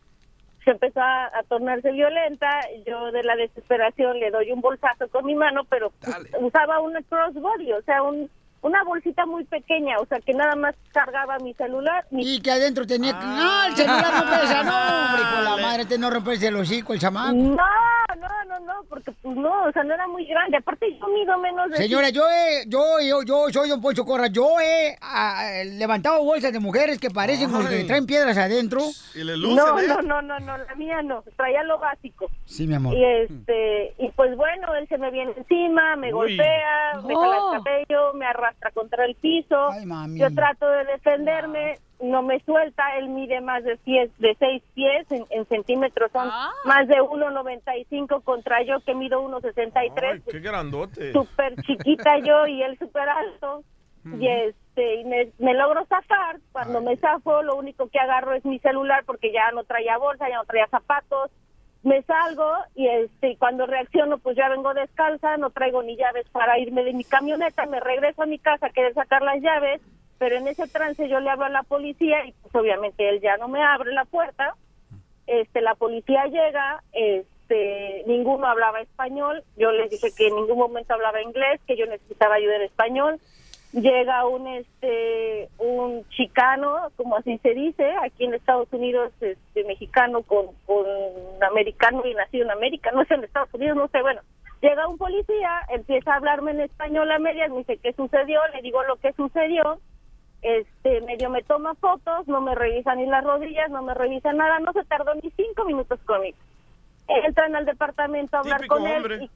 Speaker 23: se empezó a, a tornarse violenta. Yo de la desesperación le doy un bolsazo con mi mano, pero pues, usaba una crossbody, o sea, un, una bolsita muy pequeña, o sea, que nada más cargaba mi celular. Mi... Ah.
Speaker 3: Y que adentro tenía... ¡No, el celular no pesa! ¡No, hombre, con la madre! Este no romperse el hocico, el chamaco.
Speaker 23: No, no, no, no, porque pues no, o sea, no era muy grande. Aparte yo mido menos de...
Speaker 3: Señora, yo he, yo, yo, yo soy Don Poncho Corra, yo he ah, levantado bolsas de mujeres que parecen como que traen piedras adentro.
Speaker 2: Y le
Speaker 3: lucen,
Speaker 23: no,
Speaker 3: ¿eh?
Speaker 23: no, no, no, no, la mía no, traía lo básico.
Speaker 3: Sí, mi amor.
Speaker 23: Y este, y pues bueno, él se me viene encima, me
Speaker 3: Uy.
Speaker 23: golpea, me jala el cabello, me arrastra contra el piso. Yo trato de defenderme, no me suelta, él mide más de pies, de seis pies en, en centímetros, son más de 1.95 contra yo que mido 1.63,
Speaker 2: Qué grandote.
Speaker 23: súper chiquita yo y él súper alto. Y este, y me, me logro zafar. Cuando me zafo, lo único que agarro es mi celular porque ya no traía bolsa, ya no traía zapatos. Me salgo y este, y cuando reacciono, pues ya vengo descalza, no traigo ni llaves para irme de mi camioneta. Me regreso a mi casa, querer sacar las llaves, pero en ese trance yo le hablo a la policía y pues obviamente él ya no me abre la puerta este la policía llega este ninguno hablaba español yo les dije que en ningún momento hablaba inglés que yo necesitaba ayuda en español llega un este un chicano como así se dice aquí en Estados Unidos este mexicano con con americano y nacido en América no sé en Estados Unidos no sé bueno llega un policía empieza a hablarme en español a medias me dice qué sucedió le digo lo que sucedió este, medio me toma fotos, no me revisan ni las rodillas, no me revisan nada, no se tardó ni cinco minutos conmigo. Entran al departamento a hablar
Speaker 24: Típico
Speaker 23: con él
Speaker 24: hombre.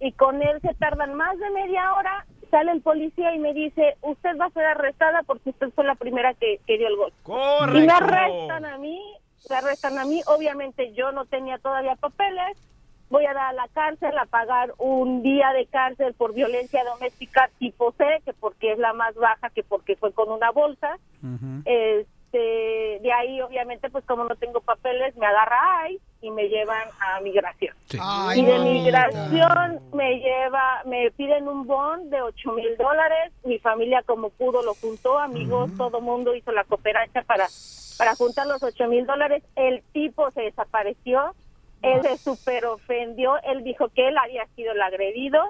Speaker 23: y, y con él se tardan más de media hora, sale el policía y me dice, usted va a ser arrestada porque usted fue la primera que, que dio el golpe. Y
Speaker 24: Correcto.
Speaker 23: me arrestan a mí, me arrestan a mí, obviamente yo no tenía todavía papeles, voy a dar a la cárcel, a pagar un día de cárcel por violencia doméstica tipo C, que porque es la más baja, que porque fue con una bolsa. Este, de ahí, obviamente, pues como no tengo papeles, me agarra ahí y me llevan a migración.
Speaker 24: Ay,
Speaker 23: y de
Speaker 24: mamita.
Speaker 23: migración me lleva, me piden un bond de 8 mil dólares. Mi familia como pudo lo juntó, amigos, todo mundo hizo la cooperacha para, para juntar los 8 mil dólares. El tipo se desapareció. Él se super ofendió, él dijo que él había sido el agredido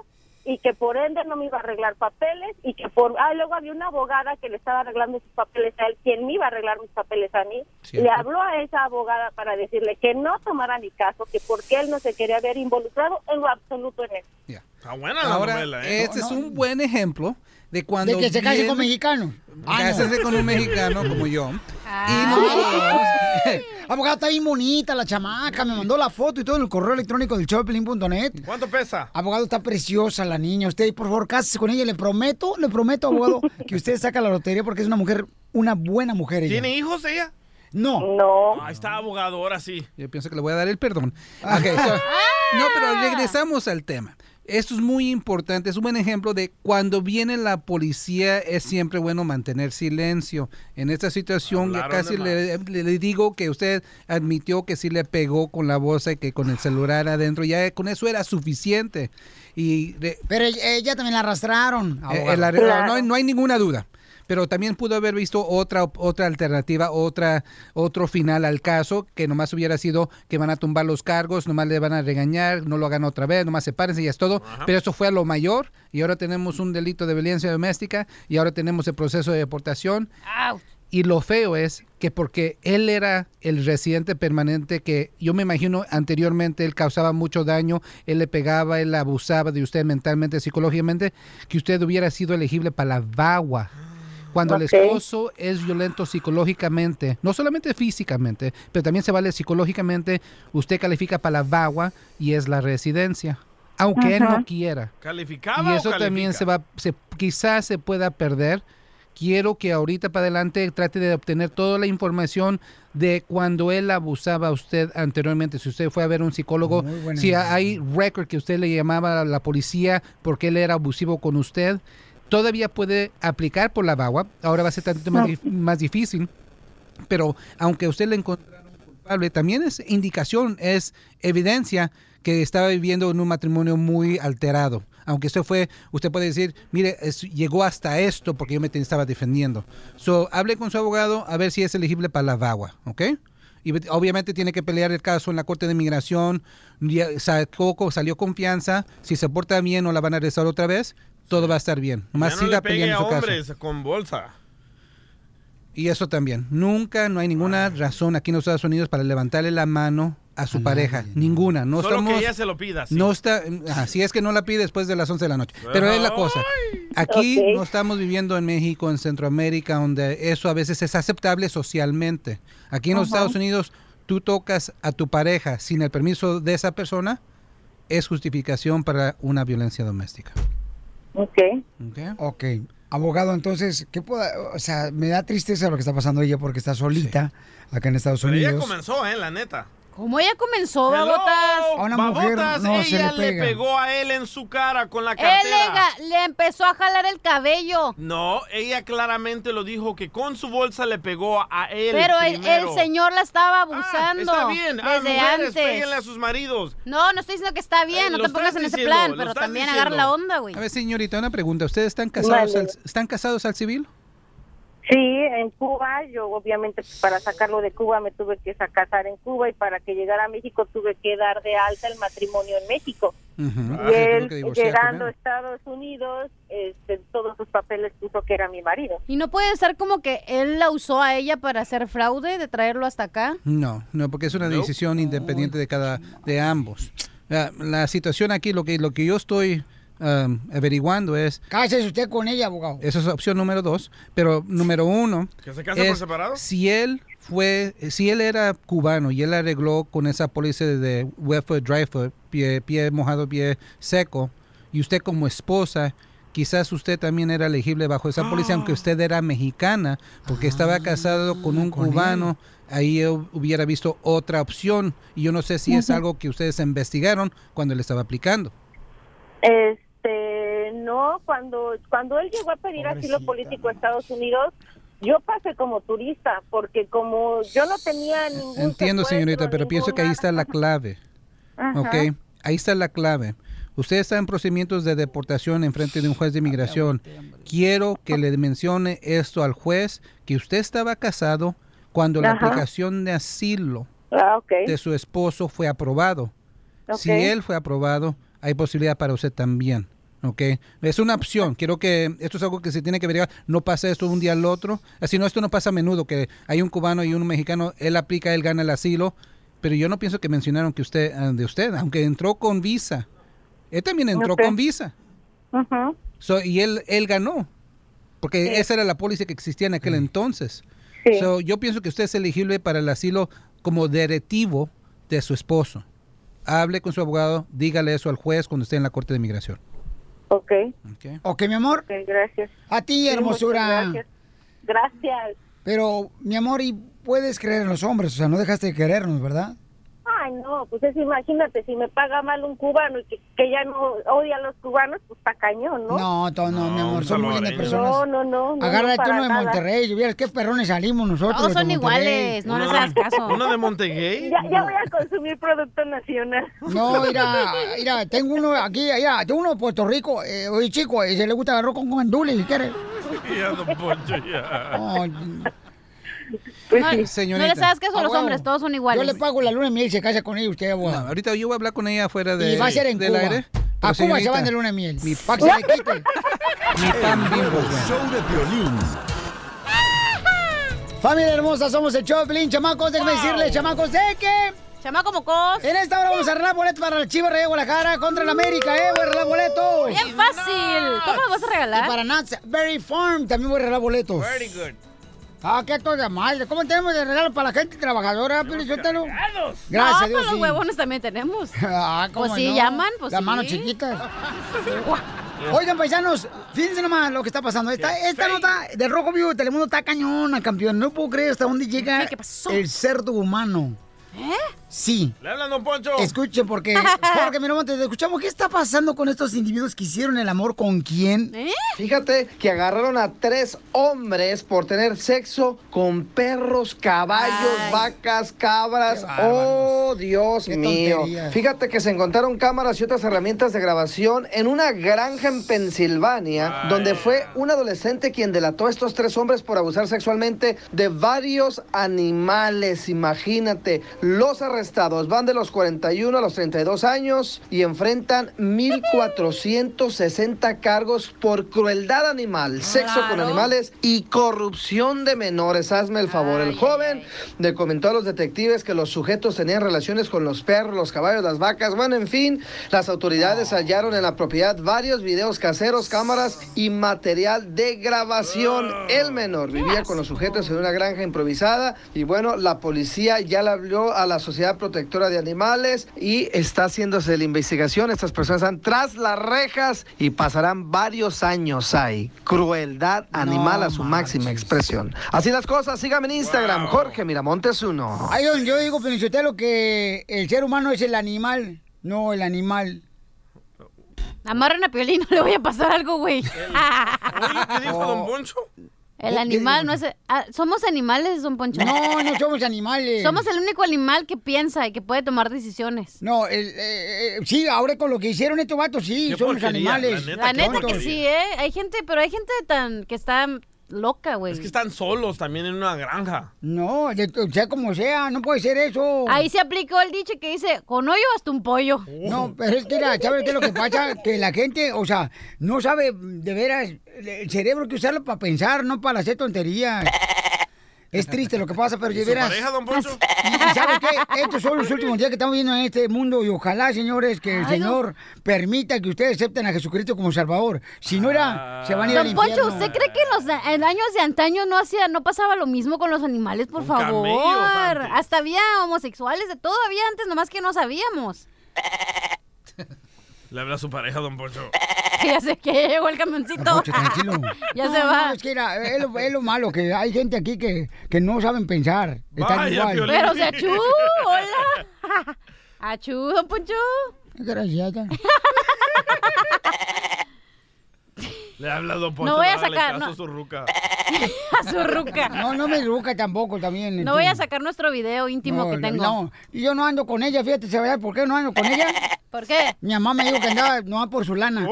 Speaker 23: y que por ende no me iba a arreglar papeles y que por... Ah, luego había una abogada que le estaba arreglando sus papeles a él, quien me iba a arreglar mis papeles a mí.
Speaker 25: Cierto.
Speaker 23: Le habló a esa abogada para decirle que no tomara mi caso, que porque él no se quería ver involucrado en lo absoluto en eso.
Speaker 2: Está buena la
Speaker 22: Ahora,
Speaker 2: novela, ¿eh?
Speaker 22: este es un buen ejemplo de cuando.
Speaker 3: De que se case
Speaker 22: viene-
Speaker 3: con mexicanos. Ah, no.
Speaker 22: Cásese con un mexicano como yo.
Speaker 3: Ay. Abogada, está bien bonita la chamaca. Me mandó la foto y todo en el correo electrónico del showpelín.net.
Speaker 2: ¿Cuánto pesa?
Speaker 3: Abogado, está preciosa la niña. Usted, por favor, cásese con ella. Le prometo, le prometo, abogado, que usted saca la lotería porque es una mujer, una buena mujer. Ella.
Speaker 2: ¿Tiene hijos ella?
Speaker 3: No.
Speaker 23: No.
Speaker 2: Ah, está abogado, ahora sí.
Speaker 22: Yo pienso que le voy a dar el perdón. Ok, so- no, pero regresamos al tema. Esto es muy importante, es un buen ejemplo de cuando viene la policía es siempre bueno mantener silencio. En esta situación ya
Speaker 26: Hablaron
Speaker 22: casi
Speaker 26: de
Speaker 22: le, le- le digo que usted admitió que sí le pegó con la bolsa y que con el celular adentro, ya con eso era suficiente. Y de-
Speaker 3: Pero ella ella también la arrastraron.
Speaker 22: eh,
Speaker 3: abogado.
Speaker 22: el arreglo- no, hay- no hay ninguna duda. Pero también pudo haber visto otra op- otra alternativa, otra otro final al caso, que nomás hubiera sido que van a tumbar los cargos, nomás le van a regañar, no lo hagan otra vez, nomás sepárense y es todo. Pero eso fue a lo mayor y ahora tenemos un delito de violencia doméstica y ahora tenemos el proceso de deportación. Y lo feo es que porque él era el residente permanente que yo me imagino anteriormente él causaba mucho daño, él le pegaba, él abusaba de usted mentalmente, psicológicamente, que usted hubiera sido elegible para la VAWA. Cuando
Speaker 24: Ok.
Speaker 22: el esposo es violento psicológicamente, no solamente físicamente, pero también se vale psicológicamente, usted califica para la VAWA y es la residencia, aunque él
Speaker 2: Ajá.
Speaker 22: no quiera.
Speaker 2: ¿Calificaba
Speaker 22: Y
Speaker 2: o
Speaker 22: eso también
Speaker 2: califica?
Speaker 22: se va, se, quizás se pueda perder. Quiero que ahorita para adelante trate de obtener toda la información de cuando él abusaba a usted anteriormente. Si usted fue a ver un psicólogo, si hay record que usted le llamaba a la policía porque él era abusivo con usted, todavía puede aplicar por la VAWA. Ahora va a ser tanto más, dif- más difícil. Pero aunque usted le encontró culpable, también es indicación, es evidencia que estaba viviendo en un matrimonio muy alterado. Aunque usted fue, usted puede decir, mire, es- llegó hasta esto porque yo me te- estaba defendiendo. So, hable con su abogado a ver si es elegible para la VAWA, ¿ok? Y ve- obviamente tiene que pelear el caso en la Corte de Inmigración, ya sacó co- salió confianza, si se porta bien o la van a arrestar otra vez, todo va a estar bien. Más
Speaker 2: Ya no
Speaker 22: siga
Speaker 2: le pegue
Speaker 22: peleando
Speaker 2: a
Speaker 22: su caso.
Speaker 2: hombres con bolsa.
Speaker 22: Y eso también. Nunca, no hay ninguna razón aquí en los Estados Unidos para levantarle la mano a su pareja. Ninguna. No
Speaker 2: Solo
Speaker 22: estamos-
Speaker 2: que ella se lo pida. sí.
Speaker 22: No está, mm, así es que no la pide después de las 11 de la noche. Pero es la cosa. Aquí
Speaker 2: Ok.
Speaker 22: no estamos viviendo en México, en Centroamérica, donde eso a veces es aceptable socialmente. Aquí en los
Speaker 2: Ajá.
Speaker 22: Estados Unidos, tú tocas a tu pareja sin el permiso de esa persona, es justificación para una violencia doméstica.
Speaker 23: Ok.
Speaker 3: Ok. Abogado, entonces, ¿qué pueda? O sea, me da tristeza lo que está pasando ella porque está solita acá en Estados
Speaker 2: Pero ella
Speaker 3: Unidos.
Speaker 2: comenzó, ¿eh? La neta.
Speaker 7: ¿Cómo ella comenzó,
Speaker 2: Hello,
Speaker 7: babotas?
Speaker 3: A una mujer
Speaker 2: Babotas,
Speaker 3: no se
Speaker 2: ella
Speaker 3: le
Speaker 2: le,
Speaker 3: pega.
Speaker 2: pegó a él en su cara con la
Speaker 7: Él le,
Speaker 2: cartera.
Speaker 7: ga- le empezó a jalar el cabello.
Speaker 2: No, ella claramente lo dijo que con su bolsa le pegó a él.
Speaker 7: pero el,
Speaker 2: primero. Ah,
Speaker 7: el señor la estaba abusando.
Speaker 2: Está bien, ah,
Speaker 7: desde
Speaker 2: mujeres,
Speaker 7: antes.
Speaker 2: péguenle a sus maridos.
Speaker 7: No, no estoy diciendo que está bien,
Speaker 22: Eh,
Speaker 7: no
Speaker 22: lo
Speaker 7: te pongas en
Speaker 22: estás
Speaker 7: ese
Speaker 22: diciendo,
Speaker 7: plan,
Speaker 22: lo
Speaker 7: pero
Speaker 22: estás
Speaker 7: también
Speaker 22: diciendo.
Speaker 7: agarra la onda, güey.
Speaker 22: A ver, señorita, una pregunta. ¿Ustedes están casados, al,
Speaker 23: Vale.
Speaker 22: están casados al civil?
Speaker 23: Sí, en Cuba, yo obviamente para sacarlo de Cuba me tuve que sa- casar en Cuba y para que llegara a México tuve que dar de alta el matrimonio en México. y él, llegando a Estados Unidos, este, todos sus papeles puso que era mi marido.
Speaker 7: Y no puede ser como que él la usó a ella para hacer fraude, de traerlo hasta acá.
Speaker 22: No, no, porque es una decisión independiente de cada, de ambos. La, la situación aquí, lo que, lo que yo estoy um, averiguando es...
Speaker 3: Cállese usted con ella, abogado.
Speaker 22: Esa es opción número dos. Pero número uno.
Speaker 2: ¿Que se case por
Speaker 22: es
Speaker 2: separado?
Speaker 22: Si él fue, si él era cubano y él arregló con esa póliza de wet foot, dry foot, pie, pie mojado, pie seco, y usted como esposa, quizás usted también era elegible bajo esa póliza, aunque usted era mexicana, porque
Speaker 2: Ah,
Speaker 22: estaba casado con un cubano, ahí yo hubiera visto otra opción. Y yo no sé si es
Speaker 23: Ujú.
Speaker 22: algo que ustedes investigaron cuando le estaba aplicando.
Speaker 23: Este, no, cuando, cuando él llegó a pedir asilo político a Estados Unidos, yo pasé como turista, porque como yo no tenía ningún...
Speaker 22: E-, Entiendo, señorita, pero pienso que ahí está la clave.
Speaker 23: Ajá.
Speaker 22: ¿Ok? Ahí está la clave. Usted está en procedimientos de deportación en frente de un juez de inmigración. Quiero que le mencione esto al juez, que usted estaba casado cuando la
Speaker 23: Ajá.
Speaker 22: aplicación de asilo
Speaker 23: Ah, ok.
Speaker 22: de su esposo fue aprobado. Si
Speaker 23: Ok.
Speaker 22: él fue aprobado, hay posibilidad para usted también. ¿Ok? Es una opción. Quiero que esto es algo que se tiene que averiguar. No pasa esto de un día al otro. Así no, esto no pasa a menudo, que hay un cubano y un mexicano, él aplica, él gana el asilo. Pero yo no pienso que mencionaron que usted, ah, de usted, aunque entró con visa. Él también entró
Speaker 23: Ok.
Speaker 22: con visa.
Speaker 23: Ujú.
Speaker 22: So, y él, él ganó. Porque esa era la póliza que existía en
Speaker 3: Mm.
Speaker 22: aquel entonces.
Speaker 23: Sí.
Speaker 22: So, yo pienso que usted es elegible para el asilo como deretivo de su esposo. Hable con su abogado, dígale eso al juez cuando esté en la Corte de Inmigración.
Speaker 23: Ok.
Speaker 3: Ok, mi amor.
Speaker 23: gracias.
Speaker 3: A ti,
Speaker 23: Sí,
Speaker 3: hermosura.
Speaker 23: muchas Gracias. gracias.
Speaker 3: Pero, mi amor, y puedes creer en los hombres, o sea, no dejaste de querernos, ¿verdad?
Speaker 23: Ay, no, pues es, imagínate, si me paga mal un cubano y que, que ya no odia a los cubanos, pues está cañón, ¿no?
Speaker 3: No, to- no, mi amor, son muy lindas personas.
Speaker 23: No, no, no. no
Speaker 3: Agárrate
Speaker 23: para
Speaker 3: uno de
Speaker 23: nada.
Speaker 3: Monterrey, y vieras qué perrones salimos nosotros.
Speaker 23: Todos
Speaker 3: los de
Speaker 23: son
Speaker 3: Monterrey.
Speaker 23: iguales, no les hagas caso.
Speaker 2: ¿Uno de Montegay?
Speaker 23: Ya, ya voy a consumir producto nacional.
Speaker 3: No, mira, mira, tengo uno aquí, mira, tengo uno de Puerto Rico, eh, oye chico, eh, se le gusta agarrar con guandules si quiere.
Speaker 2: Ya, don Poncho, ya.
Speaker 23: Pues
Speaker 22: No,
Speaker 7: No les hagas caso a los
Speaker 3: Ah,
Speaker 7: hombres,
Speaker 3: huevo.
Speaker 7: todos son iguales.
Speaker 3: Yo le pago la luna de miel, se casa con ella usted,
Speaker 22: No,
Speaker 3: abogado.
Speaker 22: ahorita yo voy a hablar con ella afuera de,
Speaker 3: y va a ser en
Speaker 22: del
Speaker 3: Cuba.
Speaker 22: aire.
Speaker 3: A
Speaker 22: Pero,
Speaker 3: Cuba se
Speaker 22: señorita,
Speaker 3: van de luna de miel.
Speaker 22: mi-
Speaker 3: Pa' que se le quite.
Speaker 6: Show de violín.
Speaker 3: Familia hermosa, somos el Choplin. Chamacos, déjenme decirles, chamacos, de que...
Speaker 7: Chamaco Mocos.
Speaker 3: En esta hora vamos a arreglar boletos para el Chivas Rey de Guadalajara contra el América, ¿eh? Voy a arreglar boletos.
Speaker 7: Bien fácil. ¿Cómo lo vas a regalar?
Speaker 3: Y para Nats Berry Farm también voy a arreglar boletos.
Speaker 7: Very good.
Speaker 3: Ah, qué toda madre. ¿Cómo tenemos de regalo para la gente trabajadora, Pio Lizotelo? Gracias,
Speaker 7: no,
Speaker 3: a Dios.
Speaker 7: pero los
Speaker 3: sí.
Speaker 7: huevones también tenemos.
Speaker 3: Ah, ¿cómo
Speaker 7: pues sí,
Speaker 3: no?
Speaker 7: llaman, pues
Speaker 3: Las
Speaker 7: sí.
Speaker 3: manos chiquitas. Oigan, paisanos, fíjense nomás lo que está pasando. Esta, esta nota de Rojo Vivo de Telemundo está cañona, campeón. No puedo creer hasta dónde llega el cerdo humano. ¿Eh? Sí.
Speaker 2: Le hablan, don Poncho.
Speaker 3: Escuchen, porque Jorge Miramontes, te escuchamos. ¿Qué está pasando con estos individuos que hicieron el amor con quién?
Speaker 4: Fíjate que agarraron a tres hombres por tener sexo con perros, caballos, vacas, cabras. Oh, Dios mío.
Speaker 13: tonterías.
Speaker 4: Fíjate que se encontraron cámaras y otras herramientas de grabación en una granja en Pensilvania, donde fue un adolescente quien delató a estos tres hombres por abusar sexualmente de varios animales. Imagínate, los arrestados van de los 41 a los 32 años y enfrentan 1.460 cargos por crueldad animal, sexo con
Speaker 13: Claro.
Speaker 4: animales menores y corrupción de menores. Hazme el favor. El joven le comentó a los detectives que los sujetos tenían relaciones con los perros, los caballos, las vacas. Bueno, en fin, las autoridades hallaron en la propiedad varios videos caseros, cámaras y material de grabación. El menor vivía con los sujetos en una granja improvisada y bueno, la policía ya le habló a la Sociedad Protectora de Animales y está haciéndose la investigación. Estas personas están tras las rejas y pasarán varios años ahí. Crueldad animal a su máxima expresión. Así las cosas, síganme en Instagram, Jorge Miramontes 1.
Speaker 3: Ahí donde yo digo, Pelichotelo, que el ser humano es el animal, no el animal.
Speaker 7: Amarran a Piolín, no le voy a pasar algo, güey.
Speaker 2: ¿Qué dijo don Poncho?
Speaker 7: El animal no es... ah, somos animales, don Poncho.
Speaker 3: No, no somos animales.
Speaker 7: Somos el único animal que piensa y que puede tomar decisiones.
Speaker 3: No, el, eh, eh, sí, ahora con lo que hicieron estos vatos, sí, son los animales.
Speaker 7: La neta, que sí, ¿eh? Hay gente, pero hay gente tan que está loca, güey.
Speaker 2: Es que están solos también en una granja.
Speaker 3: No, de- sea como sea, no puede ser eso.
Speaker 7: Ahí se aplicó el dicho que dice, con hoyo hasta un pollo.
Speaker 3: No, pero es que, la, ¿sabes qué es lo que pasa? Que la gente, o sea, no sabe de veras el cerebro hay que usarlo para pensar, no para hacer tonterías. Es triste lo que pasa, pero
Speaker 2: ¿Y
Speaker 3: yo
Speaker 2: su
Speaker 3: verás.
Speaker 2: pareja, don Poncho?
Speaker 3: ¿Y ¿Sabes qué? Estos son los últimos días que estamos viendo en este mundo y ojalá, señores, que el
Speaker 7: Ay,
Speaker 3: Señor permita que ustedes acepten a Jesucristo como Salvador. Si no era, se van a ir al
Speaker 7: Ah. Don
Speaker 3: infierno.
Speaker 7: Poncho, ¿usted cree que en los a- en años de antaño no hacía, no pasaba lo mismo con los animales, por favor?
Speaker 3: camello, Santi.
Speaker 7: Hasta había homosexuales de todo había antes, nomás que no sabíamos.
Speaker 2: Le habla a su pareja, don Poncho.
Speaker 7: ya sé que ya llegó el camioncito.
Speaker 3: tranquilo.
Speaker 7: ya
Speaker 3: No,
Speaker 7: se va.
Speaker 3: no, es que era- es, lo, es lo malo, que hay gente aquí que, que no saben pensar. Están
Speaker 7: Vaya,
Speaker 3: igual.
Speaker 7: Piolín. Pero, o sea, achú, hola. Achú, don Poncho.
Speaker 3: Gracias.
Speaker 2: Le habla a don Poncho.
Speaker 7: No voy a
Speaker 2: hágale
Speaker 7: sacar,
Speaker 2: caso
Speaker 7: no.
Speaker 2: a su ruca.
Speaker 7: A su ruca.
Speaker 3: No, no me ruca tampoco también.
Speaker 7: No voy a sacar nuestro video íntimo que tengo.
Speaker 3: No, yo no ando con ella, fíjate, ¿sabes por qué no ando con ella?
Speaker 7: ¿Por qué?
Speaker 3: Mi mamá me dijo que andaba no por su lana.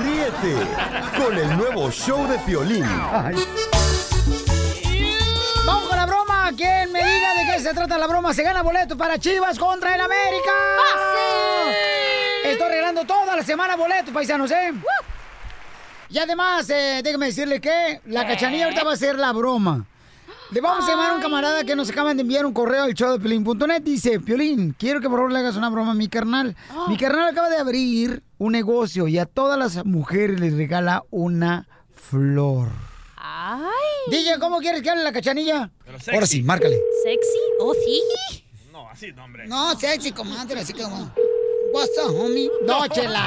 Speaker 6: Ríete con el nuevo show de Piolín.
Speaker 3: Vamos con la broma. Quien me diga de qué se trata la broma se gana boleto para Chivas contra el América. Estoy regalando toda la semana boletos, paisanos, ¿eh? Y además, eh, déjeme decirle que la cachanilla ahorita va a ser la broma. Le vamos a llamar a un camarada que nos acaban de enviar un correo al show de Piolín.net. Dice, Piolín, quiero que por favor le hagas una broma a mi carnal. Mi carnal acaba de abrir un negocio y a todas las mujeres les regala una flor.
Speaker 7: Ay.
Speaker 3: DJ, ¿cómo quieres que hable la cachanilla?
Speaker 2: sexy.
Speaker 3: Ahora sí, márcale.
Speaker 7: ¿Sexy? ¿O sí?
Speaker 2: No, así no, hombre.
Speaker 3: No, sexy, comadre, así como... What's up, homie? No, chela.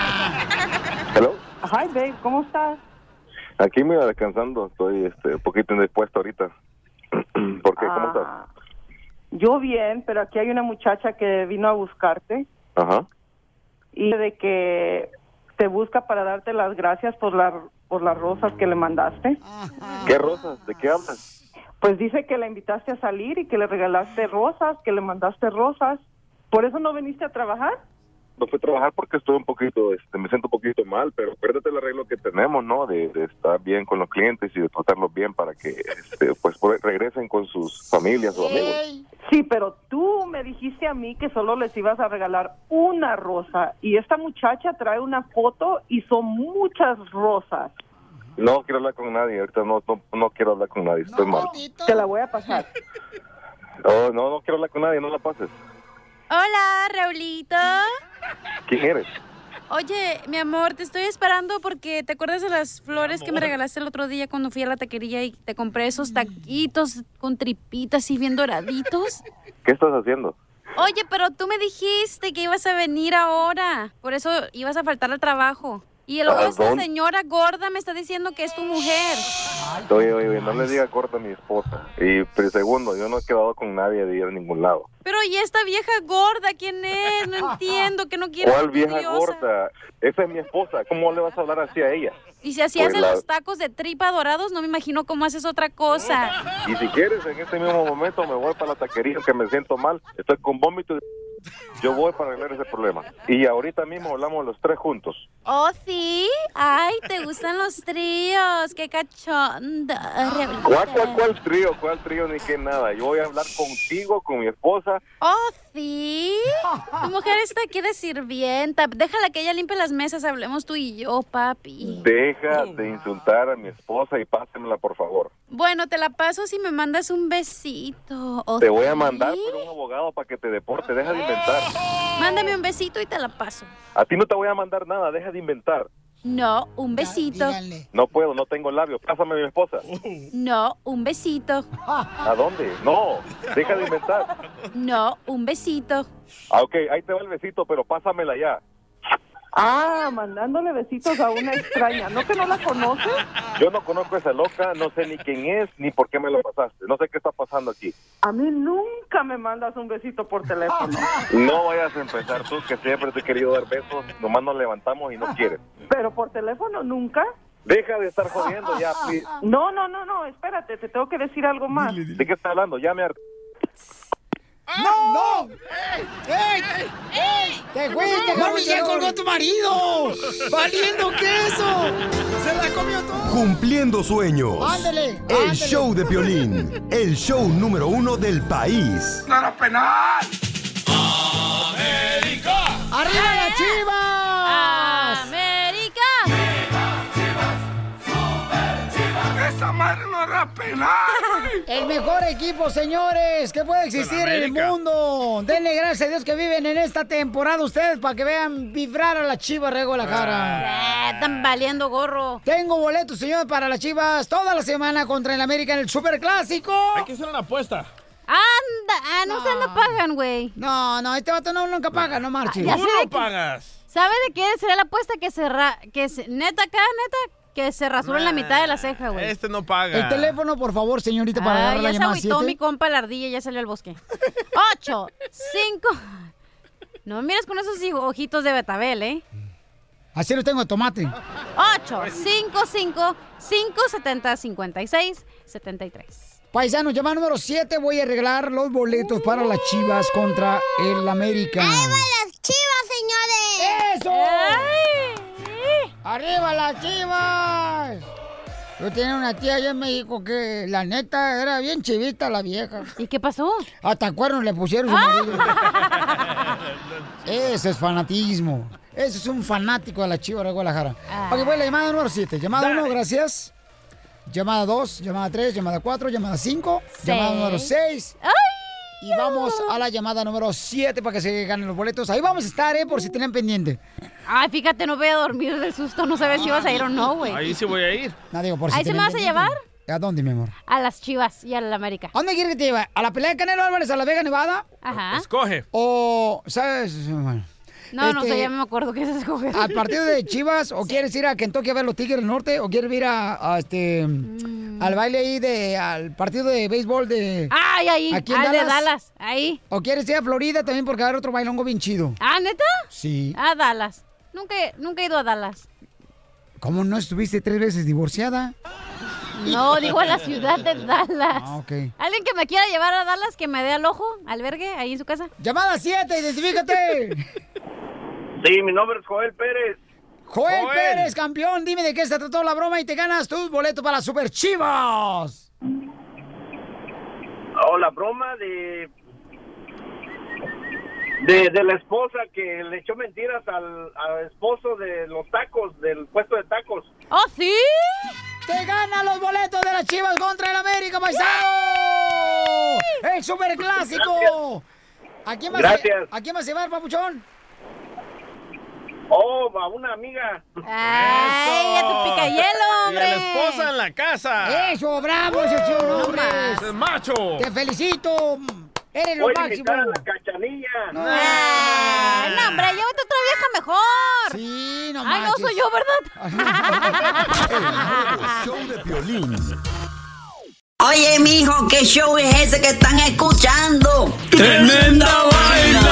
Speaker 1: Hello.
Speaker 3: Hi, babe, ¿cómo estás?
Speaker 1: Aquí me iba descansando, estoy este, un poquito indispuesto ahorita. ¿Por qué? ¿Cómo estás?
Speaker 5: Ah, Yo bien, pero aquí hay una muchacha que vino a buscarte
Speaker 1: Ajá.
Speaker 5: y de que te busca para darte las gracias por la, por las rosas que le mandaste.
Speaker 1: ¿Qué rosas? ¿De qué hablas?
Speaker 5: Pues dice que la invitaste a salir y que le regalaste rosas, que le mandaste rosas. ¿Por eso no viniste a trabajar?
Speaker 1: No fui a trabajar porque estuve un poquito, este, me siento un poquito mal, pero acuérdate el arreglo que tenemos, ¿no? De, de estar bien con los clientes y de tratarlos bien para que este, pues por- regresen con sus familias o amigos.
Speaker 5: Sí, pero tú me dijiste a mí que solo les ibas a regalar una rosa y esta muchacha trae una foto y son muchas rosas.
Speaker 1: No quiero hablar con nadie, ahorita no, no, no quiero hablar con nadie, estoy mal.
Speaker 5: Te la voy a pasar.
Speaker 1: Oh, no, no quiero hablar con nadie, no la pases.
Speaker 24: Hola, Raulito.
Speaker 1: ¿Quién eres?
Speaker 24: Oye, mi amor, te estoy esperando porque te acuerdas de las flores que me regalaste el otro día cuando fui a la taquería y te compré esos taquitos con tripitas y bien doraditos.
Speaker 1: ¿Qué estás haciendo?
Speaker 24: Oye, pero tú me dijiste que ibas a venir ahora, por eso ibas a faltar al trabajo. Y luego
Speaker 1: ¿A
Speaker 24: esta
Speaker 1: dónde?
Speaker 24: señora gorda me está diciendo que es tu mujer.
Speaker 1: Oye, oye, oye, no le diga corta a mi esposa. Y pero segundo, yo no he quedado con nadie de ir a ningún lado.
Speaker 24: Pero ¿y esta vieja gorda quién es? No entiendo, que no quiere
Speaker 1: ¿Cuál
Speaker 24: ser
Speaker 1: vieja
Speaker 24: diosa.
Speaker 1: gorda? Esa es mi esposa. ¿Cómo le vas a hablar así a ella?
Speaker 24: Y si así
Speaker 1: Pues
Speaker 24: hacen
Speaker 1: la-
Speaker 24: los tacos de tripa dorados, no me imagino cómo haces otra cosa.
Speaker 1: Y si quieres, en este mismo momento me voy para la taquería que me siento mal. Estoy con vómito. Yo voy para arreglar ese problema. Y ahorita mismo hablamos los tres juntos.
Speaker 24: ¿Oh, sí? Ay, te gustan los tríos. Qué cachondo. Raulito.
Speaker 1: ¿Cuál, cuál, cuál trío? ¿Cuál trío? Ni qué nada. Yo voy a hablar contigo, con mi esposa.
Speaker 24: ¿Oh, sí? Tu mujer está aquí de sirvienta. Déjala que ella limpie las mesas. Hablemos tú y yo, papi.
Speaker 1: Deja de insultar a mi esposa y pásemela, por favor.
Speaker 24: Bueno, te la paso si me mandas un besito. ¿Oh,
Speaker 1: Te voy a
Speaker 24: sí?
Speaker 1: mandar por un abogado para que te deporte. Deja de inventar.
Speaker 24: Mándame un besito y te la paso.
Speaker 1: A ti no te voy a mandar nada. Deja de inventar.
Speaker 24: No, un besito.
Speaker 1: No puedo, no tengo labios. Pásame a mi esposa.
Speaker 24: No, un besito.
Speaker 1: ¿A dónde? No, deja de inventar.
Speaker 24: No, un besito.
Speaker 1: Ah, ok, ahí te va el besito, pero pásamela ya.
Speaker 5: Ah, mandándole besitos a una extraña. ¿No que no la conoces?
Speaker 1: Yo no conozco a esa loca, no sé ni quién es, ni por qué me lo pasaste. No sé qué está pasando aquí.
Speaker 5: A mí nunca me mandas un besito por teléfono.
Speaker 1: No vayas a empezar tú, que siempre te he querido dar besos. Nomás nos levantamos y no quieres.
Speaker 5: Pero por teléfono nunca.
Speaker 1: Deja de estar jodiendo ya, please.
Speaker 5: No, no, no, no, espérate, te tengo que decir algo más.
Speaker 1: ¿De qué estás hablando? Ya me harté.
Speaker 5: ¡No!
Speaker 3: ¡Ey! ¡Ey! ¡Te fuiste!
Speaker 5: Mami, ya colgó
Speaker 3: tu marido! ¡Valiendo queso! ¡Se la comió todo!
Speaker 6: Cumpliendo sueños.
Speaker 3: Ándale,
Speaker 6: El
Speaker 3: ándale.
Speaker 6: show de Piolín. El show número uno del país.
Speaker 3: penal! ¡Arriba las chivas!
Speaker 24: ¡América!
Speaker 25: Esa madre no
Speaker 8: arreglar.
Speaker 3: El mejor equipo, señores, que puede existir en el
Speaker 8: América.
Speaker 3: mundo. Denle gracias a Dios que viven en esta temporada ustedes para que vean vibrar a la chiva Rego la cara.
Speaker 7: Eh,
Speaker 3: están valiendo gorro. Tengo boletos, señores, para las chivas toda la semana contra el América en el Superclásico. Hay que hacer una apuesta.
Speaker 7: Anda, ah, no, se no pagan, güey.
Speaker 3: No, no, este vato no, nunca paga, no marches.
Speaker 7: Ya sé de que-
Speaker 2: pagas.
Speaker 7: ¿Sabe de qué será la apuesta que se ra- que se- neta acá, neta que se rasuró en la mitad de la ceja, güey?
Speaker 2: Este no paga.
Speaker 3: El teléfono, por favor, señorita, para
Speaker 7: Ah,
Speaker 3: agarrar
Speaker 7: ya
Speaker 3: la
Speaker 7: se
Speaker 3: llamada
Speaker 7: agüitó
Speaker 3: siete.
Speaker 7: mi compa la ardilla, ya salió al bosque. Ocho, cinco. No mires con esos hijo- ojitos de Betabel, ¿eh?
Speaker 3: Así lo tengo, tomate.
Speaker 7: 8, 5, 5, 5, 70, 56, 73.
Speaker 3: Paisano, llama número 7, voy a arreglar los boletos para las Chivas contra el América.
Speaker 8: las chivas, señores!
Speaker 3: ¡Eso! ¡Arriba las chivas! Yo tenía una tía allá en México que la neta era bien chivita la vieja.
Speaker 7: ¿Y qué pasó? ¡Ah!
Speaker 3: Hasta cuernos le pusieron su marido. Eso es fanatismo. Eso es un fanático de la Chivas de Guadalajara.
Speaker 8: Ah.
Speaker 3: Ok, voy a la llamada número 7. Llamada 1, gracias. Llamada 2, llamada 3, llamada 4, llamada 5, llamada número 6. Y vamos a la llamada número 7 para que se ganen los boletos. Ahí vamos a estar, ¿eh? Por si tienen pendiente. Ah.
Speaker 7: Ay, fíjate, no voy a dormir del susto, no sabes si vas a ir o no, güey.
Speaker 2: Ah, Ahí sí voy a ir.
Speaker 3: No, digo, por si
Speaker 7: ¿Ahí se me
Speaker 3: tienen
Speaker 7: vas a
Speaker 3: pendiente.
Speaker 7: llevar?
Speaker 3: ¿A dónde, mi amor?
Speaker 7: A las Chivas y a la América.
Speaker 3: ¿A dónde quieres que te lleve? ¿A la pelea de Canelo Álvarez a la Vega Nevada?
Speaker 7: Ajá.
Speaker 2: Escoge.
Speaker 3: O, Oh, ¿sabes? Bueno.
Speaker 7: Ah. No, no
Speaker 3: Este,
Speaker 7: sé, ya me acuerdo qué es escoger.
Speaker 3: ¿Al partido de Chivas o quieres ir a Kentucky a ver los Tigres del Norte o quieres ir a, a este
Speaker 7: Mm.
Speaker 3: al baile ahí de al partido de béisbol de
Speaker 7: Ay, ahí,
Speaker 3: aquí en
Speaker 7: al de Dallas, ahí.
Speaker 3: o quieres ir a Florida también porque va a haber otro bailongo bien chido.
Speaker 7: ¿Ah, neta?
Speaker 3: Sí.
Speaker 7: A Dallas. Nunca, nunca he ido a Dallas.
Speaker 3: ¿Cómo no estuviste tres veces divorciada?
Speaker 7: No, digo a la ciudad de Dallas.
Speaker 3: Ah, ok.
Speaker 7: ¿Alguien que me quiera llevar a Dallas que me dé al ojo, albergue, ahí en su casa?
Speaker 3: Llamada 7, identifícate.
Speaker 27: Sí, mi nombre es Joel Pérez.
Speaker 3: Joel,
Speaker 27: Joel.
Speaker 3: Pérez, campeón, dime de qué se trató la broma y te ganas tus boletos para Super Chivas.
Speaker 27: O la broma de, de de la esposa que le echó mentiras al, al esposo de los tacos, del puesto de tacos.
Speaker 7: ¡Oh, sí!
Speaker 3: ¡Te ganan los boletos de las Chivas contra el América, paisano! ¡El Super Clásico! ¿A quién vas a-
Speaker 27: Gracias.
Speaker 3: ¿A quién vas a llevar, papuchón?
Speaker 27: Oh, a una amiga.
Speaker 7: ¡Ay, a tu picayelo,
Speaker 2: Y a
Speaker 7: hombre!
Speaker 2: la esposa en la casa.
Speaker 3: ¡Eso, bravo, ese chido,
Speaker 2: No
Speaker 3: hombre!
Speaker 2: más. Es macho.
Speaker 3: ¡Te felicito! ¡Eres lo
Speaker 27: Voy a
Speaker 3: máximo!
Speaker 27: invitar a la cachanilla.
Speaker 7: Ah, no, hombre, llévate otra vieja mejor.
Speaker 3: Sí, no
Speaker 7: Ay, no
Speaker 8: manches.
Speaker 7: soy yo, ¿verdad?
Speaker 6: Show de violín.
Speaker 16: Oye, mijo, ¿qué show es ese que están escuchando?
Speaker 8: ¡Tremenda vaina!